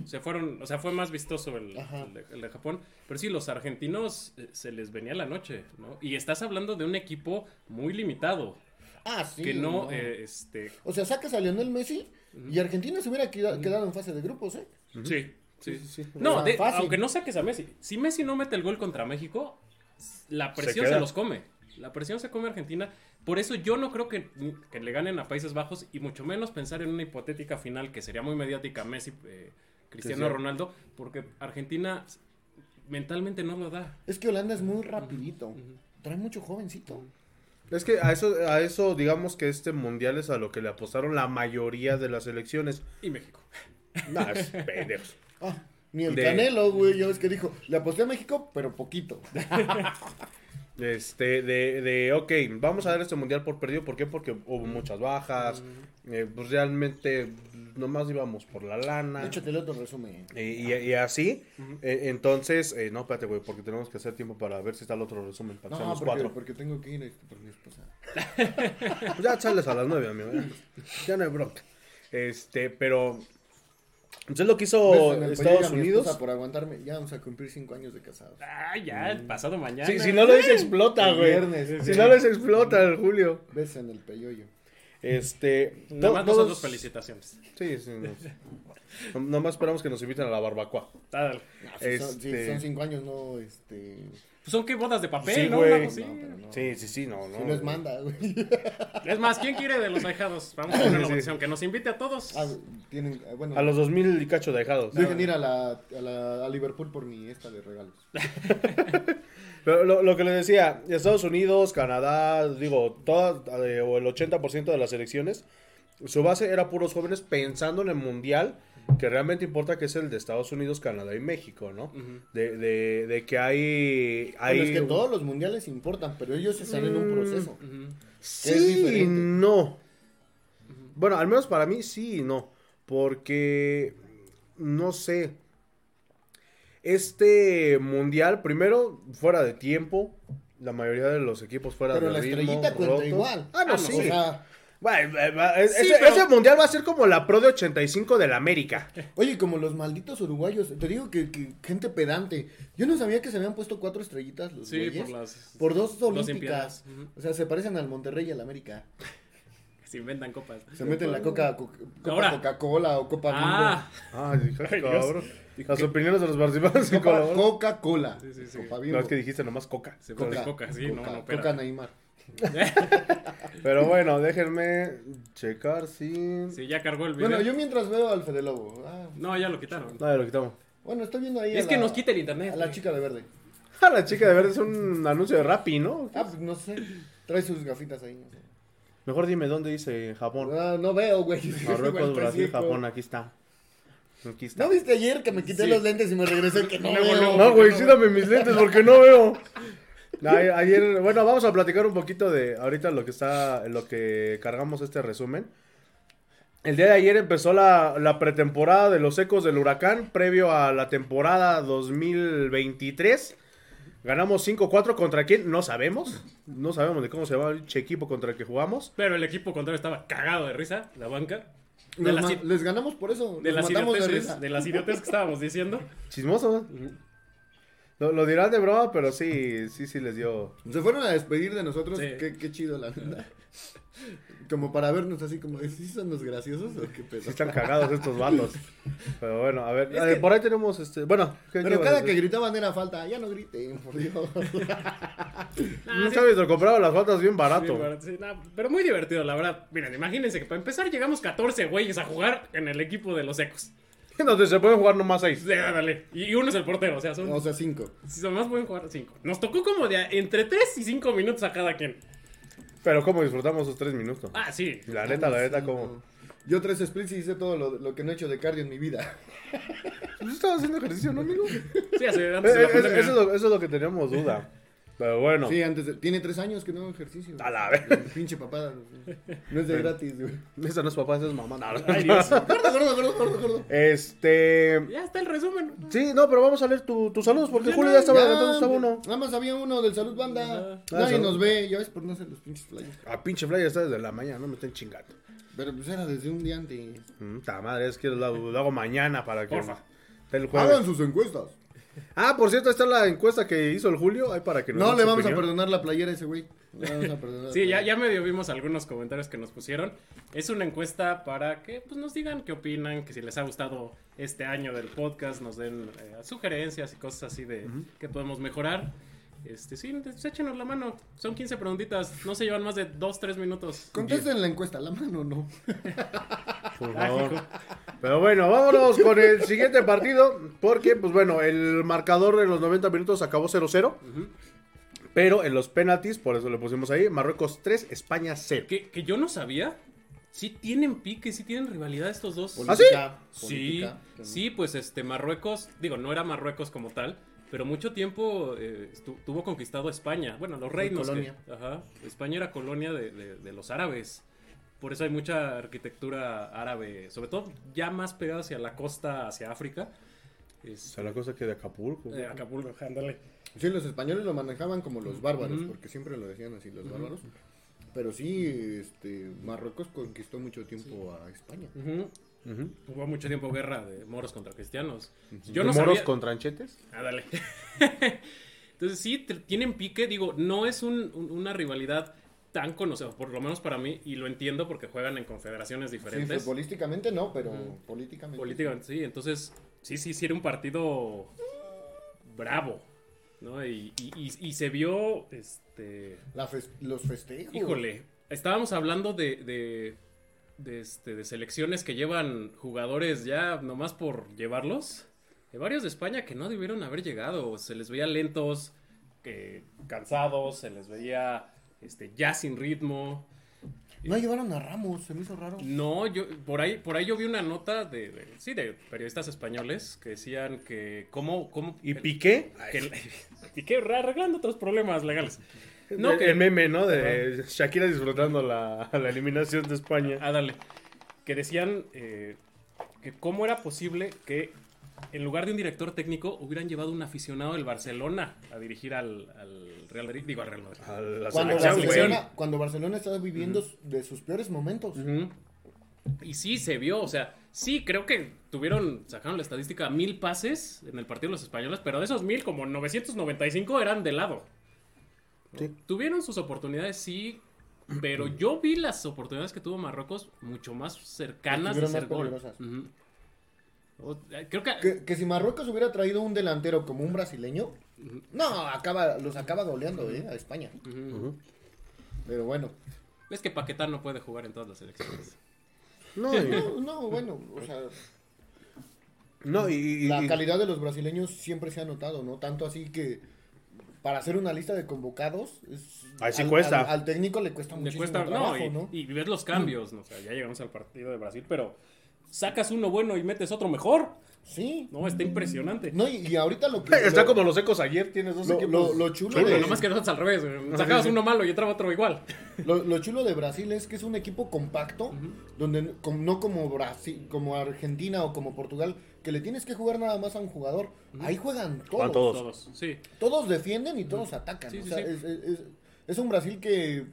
Speaker 2: Se fueron, o sea, fue más vistoso el,
Speaker 3: Ajá.
Speaker 2: el de, el de Japón. Pero sí, los argentinos eh, se les venía la noche, ¿no? Y estás hablando de un equipo muy limitado.
Speaker 3: Ah, sí.
Speaker 2: que no, eh, este.
Speaker 3: O sea, sacas a Lionel Messi y Argentina se hubiera queda- quedado en fase de grupos, ¿eh?
Speaker 2: Sí, sí, sí.
Speaker 3: O
Speaker 2: No,
Speaker 3: sea,
Speaker 2: de-
Speaker 3: fácil.
Speaker 2: aunque no saques a Messi. Si Messi no mete el gol contra México, la
Speaker 1: Se
Speaker 2: presión se,
Speaker 1: queda.
Speaker 2: los come. La presión se come a Argentina. Por eso yo no creo que, que le ganen a Países Bajos y mucho menos pensar en una hipotética final que sería muy mediática Messi, eh, Cristiano
Speaker 1: Cristiano.
Speaker 2: Ronaldo, porque Argentina mentalmente no lo da.
Speaker 3: Es que Holanda es muy rapidito. Trae mucho jovencito.
Speaker 1: Es que a eso, a eso, digamos que este mundial es a lo que le apostaron la mayoría de las selecciones.
Speaker 2: Y México.
Speaker 1: Nah, es pendejos.
Speaker 3: Ah, ni el
Speaker 1: De-
Speaker 3: Canelo, güey. Ya ves que dijo, le aposté a México, pero poquito.
Speaker 1: Este, de, de, ok, vamos a dar este mundial por perdido. ¿Por qué? Porque hubo muchas bajas. eh, pues realmente, nomás íbamos por la lana.
Speaker 3: Échate el otro resumen.
Speaker 1: Y, y- y así. eh, entonces, eh, no, espérate, güey, porque tenemos que hacer tiempo para ver si está el otro resumen. Para que sean
Speaker 3: No,
Speaker 1: los
Speaker 3: porque,
Speaker 1: cuatro.
Speaker 3: porque tengo que ir este, por mi esposa.
Speaker 1: Pues ya sales a las nueve, amigo. Ya, Ya no hay bronca. Este, pero. Entonces lo que hizo
Speaker 3: Beso en el
Speaker 1: Oh, Estados
Speaker 3: cuello a mi
Speaker 1: Unidos.
Speaker 3: esposa Por aguantarme. Ya vamos a cumplir cinco años de casados.
Speaker 2: Ah, ya, el pasado mañana.
Speaker 1: Mm. Sí, si no lo dice, explota,
Speaker 3: El
Speaker 1: güey.
Speaker 3: viernes, sí,
Speaker 1: si
Speaker 3: sí.
Speaker 1: no lo dice, explota el Julio.
Speaker 3: Beso en el peyoyo.
Speaker 1: Este.
Speaker 2: Nada
Speaker 1: to-
Speaker 2: más
Speaker 1: todos-
Speaker 2: nosotros felicitaciones.
Speaker 1: Sí, sí. no. No- Nomás esperamos que nos inviten a la barbacoa.
Speaker 2: Ah, dale.
Speaker 3: Ah, si son, si
Speaker 1: Este-
Speaker 3: son cinco años, no, este...
Speaker 2: Pues son que bodas de papel,
Speaker 1: Sí,
Speaker 2: ¿no?
Speaker 1: güey.
Speaker 2: Una cosa así.
Speaker 3: No, pero no.
Speaker 1: Sí, sí, sí, no, no.
Speaker 3: Si no es manda, güey.
Speaker 2: Es más, ¿quién quiere de los ahijados? Vamos a poner la
Speaker 1: Sí.
Speaker 2: votación, que nos invite a todos.
Speaker 3: Ah, tienen, ah, bueno,
Speaker 1: A los 2000 y cacho dejados.
Speaker 3: dejen ir a, la, a, la- a Liverpool por mi esta de regalos.
Speaker 1: Pero lo, lo que les decía, Estados Unidos, Canadá, digo, toda, eh, o el 80% de las elecciones, su base era puros jóvenes pensando en el mundial, que realmente importa que es el de Estados Unidos, Canadá y México, ¿no? de, de- de que hay... hay
Speaker 3: Bueno, es que todos los mundiales importan, pero ellos están en
Speaker 1: Mm.
Speaker 3: un proceso.
Speaker 1: Sí,
Speaker 3: Es diferente.
Speaker 1: no. Bueno, al menos para mí sí y no. Porque, no sé. Este mundial, primero, fuera de tiempo. La mayoría de los equipos fuera
Speaker 3: Pero
Speaker 1: de
Speaker 3: la
Speaker 1: ritmo,
Speaker 3: estrellita cuenta
Speaker 1: rotos.
Speaker 3: igual.
Speaker 1: Ah, no,
Speaker 2: Ah, no,
Speaker 1: sí.
Speaker 3: O sea,
Speaker 1: Bueno, eh, va- es-
Speaker 2: Sí,
Speaker 1: ese,
Speaker 2: pero-
Speaker 1: ese mundial va a ser como la Pro de 85 del América.
Speaker 3: Oye, como los malditos uruguayos, te digo que, que gente pedante. Yo no sabía que se habían puesto cuatro estrellitas los
Speaker 2: Sí,
Speaker 3: güeyes
Speaker 2: por las-
Speaker 3: por dos
Speaker 2: Olimpiadas,
Speaker 3: olímpicas.
Speaker 2: ujú.
Speaker 3: O sea, se parecen al Monterrey y al América.
Speaker 2: Se inventan copas.
Speaker 3: Se meten la coca, co- copa
Speaker 2: Ahora.
Speaker 3: Coca-Cola o Copa
Speaker 2: Ah,
Speaker 1: Ay, dije,
Speaker 2: Ay, Dios.
Speaker 1: cabrón. Las opiniones de los participantes y
Speaker 3: Bimbo. Copa
Speaker 1: colaboradores.
Speaker 3: Coca-Cola.
Speaker 2: Sí, sí, sí.
Speaker 3: Copa
Speaker 1: No,
Speaker 3: Bimbo.
Speaker 1: es que dijiste nomás coca.
Speaker 2: se
Speaker 3: Coca,
Speaker 2: meten coca, sí, no,
Speaker 3: Coca,
Speaker 2: no,
Speaker 3: Coca
Speaker 2: espera.
Speaker 3: Neymar.
Speaker 1: Pero bueno, déjenme checar si.
Speaker 2: Sí, ya cargó el video.
Speaker 3: Bueno, yo mientras veo al Fede Lobo. ah,
Speaker 2: No, ya lo quitaron.
Speaker 1: Dale, lo quitamos.
Speaker 3: bueno, estoy viendo ahí. a
Speaker 2: Es que
Speaker 3: la-
Speaker 2: nos quita el internet.
Speaker 3: A la
Speaker 2: güey.
Speaker 3: chica de verde.
Speaker 1: Ah, la chica de verde es un anuncio de Rappi, ¿no?
Speaker 3: Ah, pues no sé. Trae sus gafitas ahí. No, sé.
Speaker 1: Mejor dime dónde dice Japón.
Speaker 3: Ah, no veo, güey.
Speaker 1: Marruecos,
Speaker 3: Güey,
Speaker 1: Brasil,
Speaker 3: pendejo.
Speaker 1: Japón, aquí está. Aquí está.
Speaker 3: ¿No viste ayer que me quité
Speaker 2: Sí.
Speaker 3: los lentes y me regresé que no
Speaker 2: Luego,
Speaker 3: veo?
Speaker 2: luego.
Speaker 1: No, güey, sí dame mis lentes porque no veo. No, a- Ayer, bueno, vamos a platicar un poquito de ahorita lo que está, lo que cargamos este resumen. El día de ayer empezó la, la pretemporada de los ecos del huracán, previo a la temporada 2023. Ganamos 5-4 contra quién, no sabemos. No sabemos de cómo se llama el pinche equipo contra el que jugamos.
Speaker 2: Pero el equipo contrario estaba cagado de risa, la banca. De
Speaker 3: Los
Speaker 2: las,
Speaker 3: ma-
Speaker 2: i-
Speaker 3: les ganamos por eso.
Speaker 2: de
Speaker 3: les
Speaker 2: las
Speaker 3: matamos de
Speaker 2: idioteces-
Speaker 3: risa.
Speaker 2: de las idioteces que estábamos diciendo.
Speaker 1: Chismoso. Lo, lo dirán de broma, pero sí, sí, sí les dio.
Speaker 3: Se fueron a despedir de nosotros.
Speaker 2: Sí.
Speaker 3: Qué, qué chido, la verdad. Como para vernos así, como, ¿sí son los graciosos o qué
Speaker 1: Sí
Speaker 3: pedo?
Speaker 1: están cagados estos vatos. Pero bueno, a ver,
Speaker 2: Es
Speaker 1: eh,
Speaker 2: que-
Speaker 1: por ahí tenemos este, bueno, ¿qué- qué
Speaker 3: Pero
Speaker 1: vas a
Speaker 3: cada que
Speaker 1: decir?
Speaker 3: gritaban era falta. Ya no griten, por Dios.
Speaker 1: no sabes, lo compraba las faltas bien barato.
Speaker 2: Sí, pero- sí, no, pero muy divertido, la verdad. Miren, imagínense que para empezar llegamos 14 güeyes a jugar en el equipo de los ecos.
Speaker 1: Entonces se pueden jugar nomás seis.
Speaker 2: Sí, ándale. Y, y uno es el portero, o sea, son,
Speaker 3: O sea, cinco.
Speaker 2: si son más pueden jugar 5. Nos tocó como de a- entre 3 y 5 minutos a cada quien.
Speaker 1: Pero cómo disfrutamos esos tres minutos.
Speaker 2: Ah, sí.
Speaker 1: La neta, la neta, como.
Speaker 3: Yo tres splits y hice todo lo, lo que no he hecho de cardio en mi vida.
Speaker 1: ¿Tú estabas Pues haciendo ejercicio, no, amigo? Eh,
Speaker 2: Sí, hace- antes de
Speaker 1: eh,
Speaker 2: la
Speaker 1: eso,
Speaker 2: pandemia.
Speaker 1: es lo, eso es lo que teníamos duda. Pero bueno.
Speaker 3: Sí, antes de- Tiene tres años que no hago ejercicio.
Speaker 1: A la verga.
Speaker 3: Pinche papada. No es de gratis, güey.
Speaker 1: Esa no es papá, esa es mamá.
Speaker 2: Ay, Dios.
Speaker 3: Gordo, gordo, gordo, gordo, gordo.
Speaker 1: Este.
Speaker 2: Ya está el resumen.
Speaker 1: Sí, no, pero vamos a leer tu- tus saludos porque Julio ya estaba adelantando, estaba uno.
Speaker 3: Nada más había uno del Salud Banda.
Speaker 1: Ah,
Speaker 3: Nadie
Speaker 1: salud.
Speaker 3: nos ve, ya ves, por no hacer los pinches playas.
Speaker 1: A pinche playa está desde la mañana, no me estén chingando.
Speaker 3: Pero pues era desde un día antes.
Speaker 1: Mm, Ta madre, es que lo, lo hago mañana para que.
Speaker 2: Porfa.
Speaker 1: esté el jueves.
Speaker 3: Hagan sus encuestas.
Speaker 1: Ah, por cierto, está la encuesta que hizo el Julio. Ahí para que nos
Speaker 3: No
Speaker 1: den
Speaker 3: le
Speaker 1: su
Speaker 3: vamos a
Speaker 1: opinión.
Speaker 3: perdonar la playera a ese güey. No le vamos a perdonar.
Speaker 2: Sí, ya, ya medio vimos algunos comentarios que nos pusieron. Es una encuesta para que pues, nos digan qué opinan, que si les ha gustado este año del podcast, nos den eh, sugerencias y cosas así de que podemos mejorar. Este, sí, pues, échenos la mano. Son 15 preguntitas, no se llevan más de 2-3 minutos.
Speaker 3: Contesten la encuesta, la mano no.
Speaker 1: Por favor. Pero bueno, vámonos con el siguiente partido. Porque, pues bueno, el marcador en los 90 minutos acabó 0-0. Pero en los penaltis, por eso le pusimos ahí, Marruecos 3, España 0.
Speaker 2: Que, que yo no sabía, sí tienen pique, sí tienen rivalidad estos dos.
Speaker 1: ¿Ah, sí?
Speaker 2: Sí, sí, pues este Marruecos, digo, no era Marruecos como tal, pero mucho tiempo eh, estu- tuvo conquistado España. Bueno, los reinos. que-
Speaker 3: colonia.
Speaker 2: ajá, España era colonia de, de- de los árabes. Por eso hay mucha arquitectura árabe, sobre todo ya más pegada hacia la costa, hacia África.
Speaker 1: O
Speaker 2: Es,
Speaker 1: sea, la cosa que de Acapulco.
Speaker 2: eh, Acapulco, ándale.
Speaker 3: Sí, los españoles lo manejaban como los bárbaros, porque siempre lo decían así, los bárbaros. Pero sí, este, Marruecos conquistó mucho tiempo a España.
Speaker 2: Ujú.
Speaker 1: Ujú.
Speaker 2: Hubo mucho tiempo guerra de moros contra cristianos. Yo
Speaker 1: ¿De
Speaker 2: no
Speaker 1: moros
Speaker 2: sabía-
Speaker 1: con tranchetes?
Speaker 2: Ah, dale. Entonces sí, te- tienen pique, digo, no es un- un- una rivalidad tan conocida, por lo menos para mí, y lo entiendo porque juegan en confederaciones
Speaker 3: Sí,
Speaker 2: diferentes.
Speaker 3: futbolísticamente no, pero políticamente.
Speaker 2: Políticamente, sí, entonces sí, sí, sí era un partido bravo, ¿no? Y, y- y- y se vio, este,
Speaker 3: La fes- los festejos.
Speaker 2: híjole, estábamos hablando de, de, de, este, de selecciones que llevan jugadores ya nomás por llevarlos. De varios de España que no debieron haber llegado. Se les veía lentos, que cansados, se les veía este, ya sin ritmo.
Speaker 3: No llevaron a Ramos, se me hizo raro.
Speaker 2: No, yo por ahí, por ahí yo vi una nota de, de- sí, de periodistas españoles que decían que cómo, cómo
Speaker 1: ¿Y Piqué?
Speaker 2: que- Piqué arreglando otros problemas legales.
Speaker 1: el, el meme, ¿no? De Shakira disfrutando la, la eliminación de España.
Speaker 2: Ah, dale. Que decían eh, que cómo era posible que en lugar de un director técnico hubieran llevado un aficionado del Barcelona a dirigir al, al Real Madrid. Digo, al Real Madrid.
Speaker 1: A la
Speaker 3: Cuando
Speaker 2: selección,
Speaker 1: güey.
Speaker 3: Barcelona, cuando Barcelona estaba viviendo de sus peores momentos.
Speaker 2: Ujú. Y sí, se vio, o sea, sí, creo que tuvieron, sacaron la estadística, mil pases en el partido de los españoles, pero de esos mil, como 995 eran de lado. Tuvieron sus oportunidades, sí, pero yo vi las oportunidades que tuvo Marruecos mucho más cercanas de
Speaker 3: Estuvieron
Speaker 2: ser
Speaker 3: más
Speaker 2: gol.
Speaker 3: peligrosas.
Speaker 2: Ujú. O- eh, creo que...
Speaker 3: Que, que si Marruecos hubiera traído un delantero como un brasileño, no, acaba, los acaba goleando, eh, a España.
Speaker 2: Ujú.
Speaker 3: Pero bueno.
Speaker 2: Es que Paquetá no puede jugar en todas las selecciones.
Speaker 1: No, y-
Speaker 3: No, no, bueno, o sea,
Speaker 1: no, y- y-
Speaker 3: la
Speaker 1: y-
Speaker 3: calidad de los brasileños siempre se ha notado, ¿no? Tanto así que para hacer una lista de convocados, es-
Speaker 1: Ahí sí
Speaker 3: al,
Speaker 1: cuesta.
Speaker 3: al- al técnico le cuesta
Speaker 2: Le
Speaker 3: muchísimo
Speaker 2: cuesta,
Speaker 3: trabajo,
Speaker 2: no, y,
Speaker 3: ¿no?
Speaker 2: y ves los cambios, ¿no? O sea, ya llegamos al partido de Brasil, pero sacas uno bueno y metes otro mejor.
Speaker 3: Sí.
Speaker 2: No, está impresionante.
Speaker 3: No, y, y ahorita lo que...
Speaker 1: Está
Speaker 3: lo-
Speaker 1: como los ecos ayer, tienes dos
Speaker 3: Lo-
Speaker 1: equipos.
Speaker 3: lo- pues, lo chulo
Speaker 1: chulos.
Speaker 3: de-
Speaker 2: Pero nomás que nosotros al revés, güey. sacabas uno malo y entraba otro igual.
Speaker 3: Lo, lo chulo de Brasil es que es un equipo compacto, donde n- com- no como Brasil, como Argentina o como Portugal, que le tienes que jugar nada más a un jugador. Ahí juegan todos.
Speaker 1: Juegan
Speaker 3: todos.
Speaker 1: todos.
Speaker 2: Todos, sí.
Speaker 3: defienden y todos atacan.
Speaker 2: Sí,
Speaker 3: o
Speaker 2: sí,
Speaker 3: sea,
Speaker 2: sí.
Speaker 3: Es, es- es- es un Brasil que,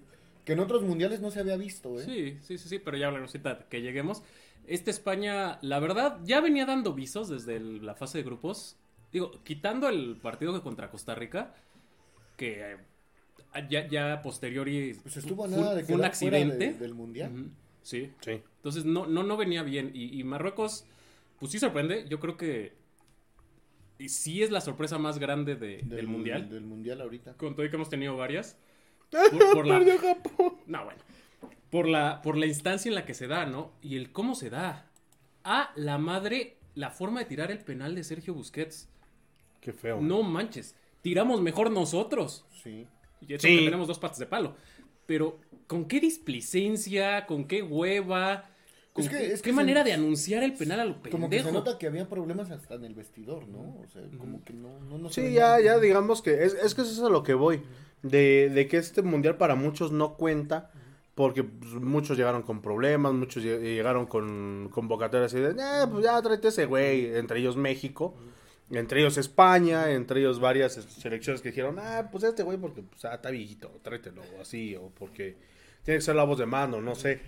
Speaker 3: que en otros mundiales no se había visto, ¿eh?
Speaker 2: Sí, sí, sí, sí, pero ya hablaremos ahorita que lleguemos. Esta España, la verdad, ya venía dando visos desde el- la fase de grupos. Digo, quitando el partido que contra Costa Rica, que eh, ya, ya posteriori
Speaker 3: Pues estuvo a
Speaker 2: fue-
Speaker 3: nada de
Speaker 2: fue un
Speaker 3: quedar fuera de-
Speaker 2: accidente.
Speaker 3: del mundial.
Speaker 2: Ujú, Sí,
Speaker 1: Sí.
Speaker 2: entonces no, no, no venía bien. Y, y Marruecos, pues sí sorprende. Yo creo que y sí es la sorpresa más grande de- del, Mundial.
Speaker 3: Del mundial ahorita.
Speaker 2: Con todo y que hemos tenido varias. Por, por la... No, bueno. Por la, por la instancia en la que se da, ¿no? Y el cómo se da. A la madre, la forma de tirar el penal de Sergio Busquets.
Speaker 1: Qué feo.
Speaker 2: No manches. Tiramos mejor nosotros.
Speaker 3: Sí.
Speaker 2: Y eso
Speaker 1: Sí.
Speaker 2: que tenemos dos patas de palo. Pero, ¿con qué displicencia? ¿Con qué hueva? ¿Con
Speaker 3: Es que-
Speaker 2: qué,
Speaker 3: es que
Speaker 2: qué
Speaker 3: se-
Speaker 2: manera de anunciar el penal a lo pendejo?
Speaker 3: Como que se nota que había problemas hasta en el vestidor, ¿no? O sea, como que no, no, no se
Speaker 1: Sí,
Speaker 3: veía-
Speaker 1: ya, ya digamos que es, es que eso es a lo que voy. De, de que este mundial para muchos no cuenta. Porque pues, muchos llegaron con problemas, muchos lle- llegaron con convocatorias y de, "Eh, pues ya tráete ese güey. Entre ellos México, entre ellos España, entre ellos varias es- selecciones que dijeron, ah, pues este güey porque pues, ah, está viejito, tráetelo, o así, o porque tiene que ser la voz de mando, no sé.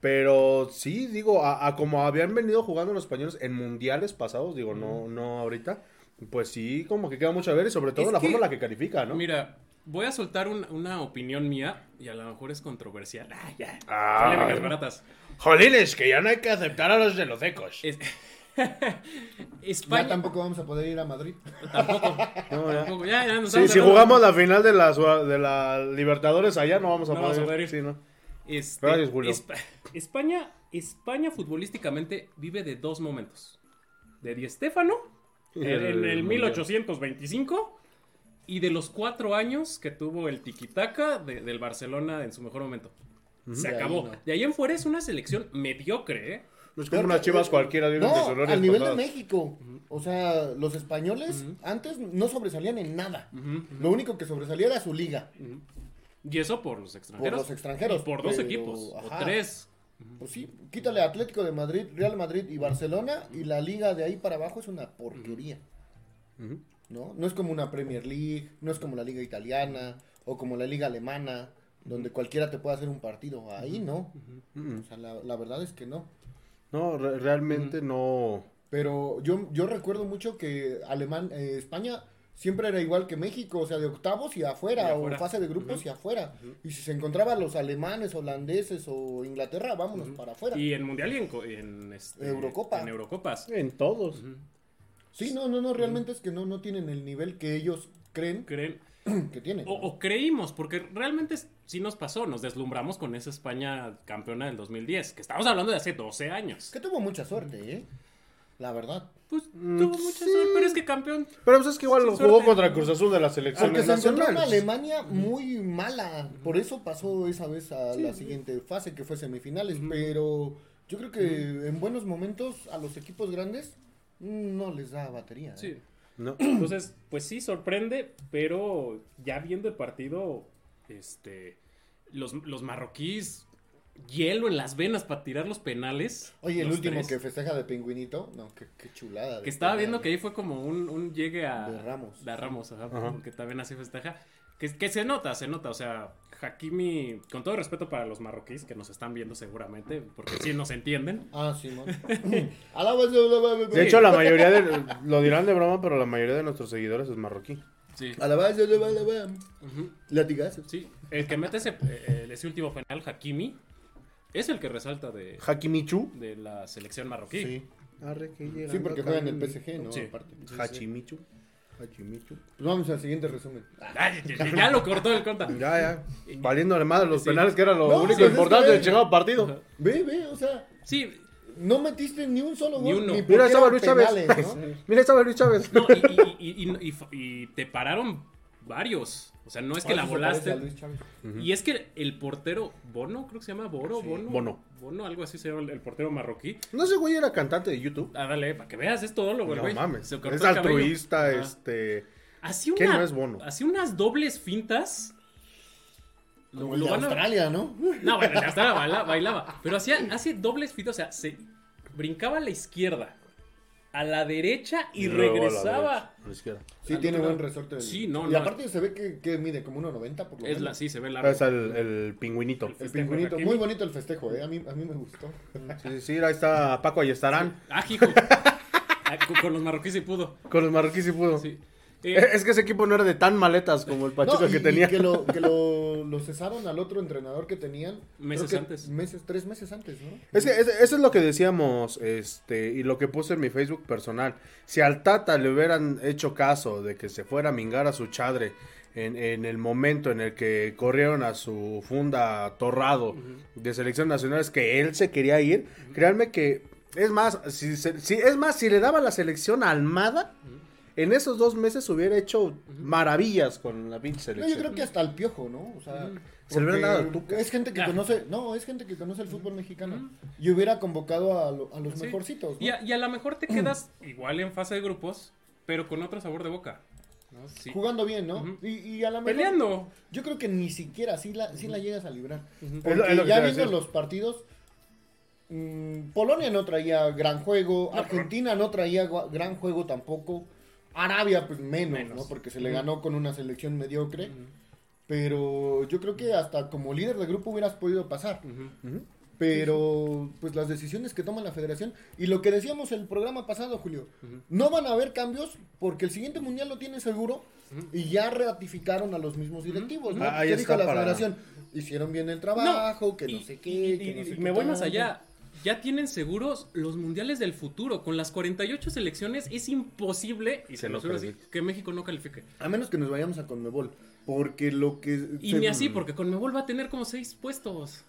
Speaker 1: Pero sí, digo, a, a como habían venido jugando los españoles en mundiales pasados, digo, no, no ahorita, pues sí, como que queda mucho a ver y sobre todo
Speaker 2: Es
Speaker 1: la
Speaker 2: que-
Speaker 1: forma en la que califica, ¿no?
Speaker 2: Mira, voy a soltar un- una opinión mía y a lo mejor es controversial. Ah, ya.
Speaker 1: Ah.
Speaker 2: Polémicas baratas.
Speaker 1: Jolines, que ya no hay que aceptar a los de los ecos.
Speaker 2: Es- España.
Speaker 3: Ya tampoco vamos a poder ir a Madrid.
Speaker 2: Tampoco.
Speaker 1: No, ya.
Speaker 2: tampoco. Ya, ya nos
Speaker 1: Sí,
Speaker 2: estamos
Speaker 1: si
Speaker 2: hablando-
Speaker 1: jugamos la final de la, Sua- de la Libertadores allá, no vamos a
Speaker 2: No
Speaker 1: poder,
Speaker 2: vamos a poder ir.
Speaker 1: Sí, ¿no?
Speaker 2: Este,
Speaker 1: Gracias, Julio.
Speaker 2: Espa- España, España futbolísticamente vive de dos momentos. De Di Stéfano, en en el, 1825, y de los cuatro años que tuvo el tiquitaca de- del Barcelona en su mejor momento. Se
Speaker 3: De ahí
Speaker 2: acabó.
Speaker 3: no.
Speaker 2: De ahí en fuera es una selección mediocre, ¿eh?
Speaker 1: Es como unas chivas cualquiera. viven de
Speaker 3: No,
Speaker 1: sus glorias
Speaker 3: al nivel
Speaker 1: pasadas.
Speaker 3: de México. O sea, los españoles antes no sobresalían en nada. Lo único que sobresalía era su liga.
Speaker 2: Y eso por los extranjeros.
Speaker 3: los extranjeros,
Speaker 2: Y por dos
Speaker 3: pero,
Speaker 2: equipos.
Speaker 3: ajá.
Speaker 2: O tres.
Speaker 3: Pues sí, quítale Atlético de Madrid, Real Madrid y Barcelona y la liga de ahí para abajo es una porquería. ¿No? No es como una Premier League, no es como la liga italiana o como la liga alemana, donde cualquiera te puede hacer un partido. Ahí no. O sea, la, la verdad es que no.
Speaker 1: No, re- realmente no.
Speaker 3: Pero yo, yo recuerdo mucho que Alemán, eh, España siempre era igual que México, o sea, de octavos y afuera,
Speaker 2: Y afuera.
Speaker 3: o fase de grupos y afuera. Y si se encontraban los alemanes, holandeses o Inglaterra, vámonos para afuera.
Speaker 2: Y en Mundial y en, co- en, este,
Speaker 3: Eurocopa.
Speaker 2: En Eurocopas.
Speaker 1: En todos.
Speaker 3: Sí, no, no, no, realmente es que no, no tienen el nivel que ellos creen
Speaker 2: Creen.
Speaker 3: que tienen.
Speaker 2: O, o creímos, porque realmente es- sí nos pasó, nos deslumbramos con esa España campeona del 2010, que estamos hablando de hace 12 años.
Speaker 3: Que tuvo mucha suerte, ¿eh? La verdad.
Speaker 2: Pues
Speaker 3: Mm,
Speaker 2: tuvo mucha
Speaker 1: sí.
Speaker 2: suerte, pero es que campeón.
Speaker 1: Pero pues es que igual
Speaker 2: Sin
Speaker 1: lo jugó
Speaker 2: suerte.
Speaker 1: contra el Cruz Azul de la selección
Speaker 3: Porque se encontró
Speaker 1: nacional.
Speaker 3: una Alemania muy mala. Por eso pasó esa vez a la siguiente fase, que fue semifinales. Pero yo creo que en buenos momentos a los equipos grandes mm, no les da batería. ¿eh?
Speaker 2: Sí.
Speaker 1: No.
Speaker 2: Entonces, pues sí, sorprende, pero ya viendo el partido, este, los, los marroquíes, hielo en las venas para tirar los penales.
Speaker 3: Oye, el
Speaker 2: los
Speaker 3: último
Speaker 2: tres,
Speaker 3: que festeja de pingüinito. No, qué, qué chulada. de
Speaker 2: Que estaba
Speaker 3: penal,
Speaker 2: viendo que
Speaker 3: ¿eh?
Speaker 2: ahí fue como un, un llegue a...
Speaker 3: De Ramos.
Speaker 2: De Ramos, ajá,
Speaker 1: Ajá.
Speaker 2: que también así festeja. Que, que se nota, se nota, o sea, Hakimi, con todo respeto para los marroquíes que nos están viendo seguramente, porque sí nos entienden.
Speaker 3: Ah, sí, man. A la vez- de-
Speaker 1: De hecho, la mayoría de. Lo dirán de broma, pero la mayoría de nuestros seguidores es marroquí.
Speaker 2: Sí.
Speaker 3: A la vez- de- de- de- de- Latigazos.
Speaker 2: Sí, el que mete ese, eh, ese último penal, Hakimi, es el que resalta de,
Speaker 1: Hakimichu.
Speaker 2: de la selección marroquí.
Speaker 3: Sí. Sí, porque juegan en el PSG, ¿no?
Speaker 2: Sí.
Speaker 3: Aparte.
Speaker 1: Hachimichu. Hachimichu.
Speaker 3: Pues vamos al siguiente resumen.
Speaker 2: Ay, ya, ya lo cortó el conta.
Speaker 1: Ya, ya. Valiéndole madre los
Speaker 2: Sí.
Speaker 1: penales, que era lo
Speaker 3: No,
Speaker 1: único
Speaker 3: pues es
Speaker 1: importante
Speaker 3: que-
Speaker 1: del chingado partido.
Speaker 3: Ve, ve, o sea,
Speaker 2: Sí,
Speaker 3: no metiste ni un solo gol.
Speaker 2: Ni uno.
Speaker 1: Mira, ahí estaba
Speaker 3: porque
Speaker 1: Luis
Speaker 3: eran
Speaker 1: Chávez.
Speaker 3: penales, ¿no?
Speaker 1: Mira, ahí estaba Luis Chávez.
Speaker 2: no, y, y- y- y- y- y te pararon varios. O sea, no es que la
Speaker 3: Ahora sí se parece a
Speaker 2: volaste.
Speaker 3: Luis Chávez.
Speaker 2: Y es que el portero Bono, creo que se llama Boro, Bono.
Speaker 1: Bono.
Speaker 2: Bono, algo así se llama el- el portero marroquí.
Speaker 1: No sé, güey, era cantante de YouTube.
Speaker 2: Ah, dale, para que veas, es todo lo Ah, güey.
Speaker 1: no
Speaker 2: güey.
Speaker 1: mames.
Speaker 2: Se cortó
Speaker 1: Es
Speaker 2: el cabello.
Speaker 1: altruista,
Speaker 2: Ajá.
Speaker 1: este.
Speaker 2: Hacía
Speaker 1: ¿Quién
Speaker 2: una-
Speaker 1: no es Bono?
Speaker 2: Hacía unas dobles fintas.
Speaker 3: Como el de
Speaker 2: van a-
Speaker 3: Australia, ¿no?
Speaker 2: No, bueno, hasta bailaba, bailaba. Pero hacía, hace dobles fintas, o sea, se brincaba a la izquierda, a la derecha y,
Speaker 1: luego a la
Speaker 2: regresaba.
Speaker 1: derecha, a la izquierda.
Speaker 3: Sí,
Speaker 2: Al
Speaker 3: tiene
Speaker 2: otro
Speaker 3: buen
Speaker 2: lado.
Speaker 3: resorte. del-
Speaker 2: Sí, no,
Speaker 3: Y
Speaker 2: no.
Speaker 3: aparte se ve que, que mide como 1.90 por lo
Speaker 2: Es
Speaker 3: menos.
Speaker 2: la, sí, se ve largo.
Speaker 1: Es el, el pingüinito.
Speaker 3: El
Speaker 2: Festejo de
Speaker 3: pingüinito.
Speaker 2: Hakimi.
Speaker 3: Muy bonito el festejo, ¿eh? A mí, a mí me gustó.
Speaker 2: Mm.
Speaker 1: Sí, sí, sí, ahí está Paco Ayestarán.
Speaker 2: Ah, hijo. Ah, con- Con los marroquíes se pudo.
Speaker 1: Con los marroquíes sí pudo.
Speaker 2: Sí.
Speaker 1: Eh,
Speaker 2: Eh,
Speaker 1: Es que ese equipo no era de tan maletas como el Pachuca
Speaker 3: No, y-
Speaker 1: que
Speaker 3: y
Speaker 1: tenía.
Speaker 3: que lo, que lo, lo cesaron al otro entrenador que tenían. creo
Speaker 2: Meses
Speaker 3: que
Speaker 2: antes.
Speaker 3: Meses, tres meses antes, ¿no?
Speaker 1: Es que es- eso es lo que decíamos, este, y lo que puse en mi Facebook personal. Si al Tata le hubieran hecho caso de que se fuera a mingar a su chadre en, en el momento en el que corrieron a su funda torrado de selección nacional, es que él se quería ir, créanme que, es más, si, se- si- es más, si le daba la selección a Almada, en esos dos meses hubiera hecho maravillas con la pinche
Speaker 3: No, yo
Speaker 1: selección.
Speaker 3: creo que hasta el piojo, ¿no? O sea,
Speaker 1: Se le hubiera
Speaker 3: porque
Speaker 1: dado al Tuca.
Speaker 3: es gente que
Speaker 2: Mm. Ah. Mm.
Speaker 3: conoce, no, es gente que conoce el fútbol mexicano y hubiera convocado a, lo- a los
Speaker 2: Sí.
Speaker 3: mejorcitos. ¿no?
Speaker 2: Y a, y a lo mejor te quedas igual en fase de grupos, pero con otro sabor de boca. ¿no? Sí.
Speaker 3: Jugando bien, ¿no?
Speaker 2: Ujú.
Speaker 3: y, y a la mejor-
Speaker 2: Peleando.
Speaker 3: Yo creo que ni siquiera sí la, sí la llegas a librar. Porque
Speaker 1: Es lo- es lo que
Speaker 3: ya
Speaker 1: te iba a
Speaker 3: viendo
Speaker 1: decir.
Speaker 3: los partidos, mm, Polonia no traía gran juego, Argentina no traía gua- gran juego tampoco, Arabia pues menos,
Speaker 2: Menos.
Speaker 3: ¿no? Porque se le ganó con una selección mediocre. Pero yo creo que hasta como líder de grupo hubieras podido pasar. Pero pues las decisiones que toma la federación y lo que decíamos el programa pasado, Julio, no van a haber cambios porque el siguiente mundial lo tiene seguro y ya ratificaron a los mismos directivos, ¿no?
Speaker 1: Ah, ahí
Speaker 3: ¿Qué dijo
Speaker 1: está
Speaker 3: la
Speaker 1: para-
Speaker 3: federación? Hicieron bien el trabajo, que no
Speaker 2: y-
Speaker 3: sé qué,
Speaker 2: y-
Speaker 3: que
Speaker 2: y-
Speaker 3: no sé
Speaker 2: y
Speaker 3: qué
Speaker 2: me voy más
Speaker 3: tanto.
Speaker 2: allá. Ya tienen seguros los mundiales del futuro. Con las 48 selecciones es imposible, y
Speaker 1: Se
Speaker 2: se
Speaker 1: lo
Speaker 2: los juro así,
Speaker 1: perdí.
Speaker 2: que México no califique.
Speaker 3: A menos que nos vayamos a Conmebol, porque lo que
Speaker 2: Y
Speaker 3: se-
Speaker 2: ni así, porque Conmebol va a tener como 6 puestos.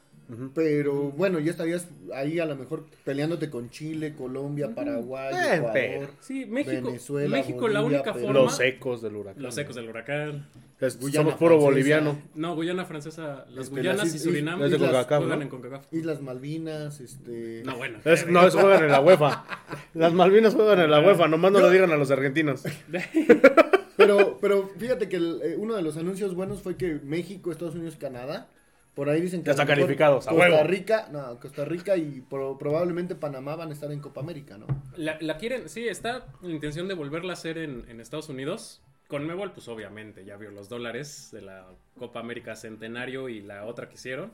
Speaker 3: pero bueno, ya estarías ahí a lo mejor peleándote con Chile, Colombia, Paraguay,
Speaker 1: Eh,
Speaker 3: Ecuador.
Speaker 1: pero-
Speaker 2: Sí, México.
Speaker 3: Venezuela,
Speaker 2: México,
Speaker 3: Bolivia,
Speaker 2: la única
Speaker 3: Perú.
Speaker 2: forma.
Speaker 1: Los ecos del huracán.
Speaker 2: Los ecos del huracán.
Speaker 1: Es-
Speaker 3: Guyana
Speaker 1: somos puro
Speaker 3: Francesa.
Speaker 1: boliviano.
Speaker 2: No, Guyana Francesa, las
Speaker 3: Este,
Speaker 2: Guyanas
Speaker 3: las
Speaker 2: y
Speaker 3: is-
Speaker 2: Surinam
Speaker 1: las de
Speaker 2: juegan
Speaker 1: CONCACAF,
Speaker 2: juegan
Speaker 1: ¿no?
Speaker 2: en CONCACAF.
Speaker 3: Islas Malvinas, este
Speaker 2: No, bueno.
Speaker 1: Es- no, es juegan en la UEFA. Las Malvinas juegan en la UEFA, nomás no
Speaker 3: Yo-
Speaker 1: lo digan a los argentinos.
Speaker 3: Pero, pero fíjate que el, eh, uno de los anuncios buenos fue que México, Estados Unidos, Canadá, por ahí dicen que
Speaker 1: Ya
Speaker 3: a lo
Speaker 1: están
Speaker 3: mejor
Speaker 1: calificados, a
Speaker 3: Costa
Speaker 1: huevo.
Speaker 3: Rica, no, Costa Rica y pro- probablemente Panamá van a estar en Copa América, ¿no?
Speaker 2: La, la quieren, sí, está la intención de volverla a hacer en, en Estados Unidos. Con Mebol, pues obviamente, ya vio los dólares de la Copa América Centenario y la otra que hicieron.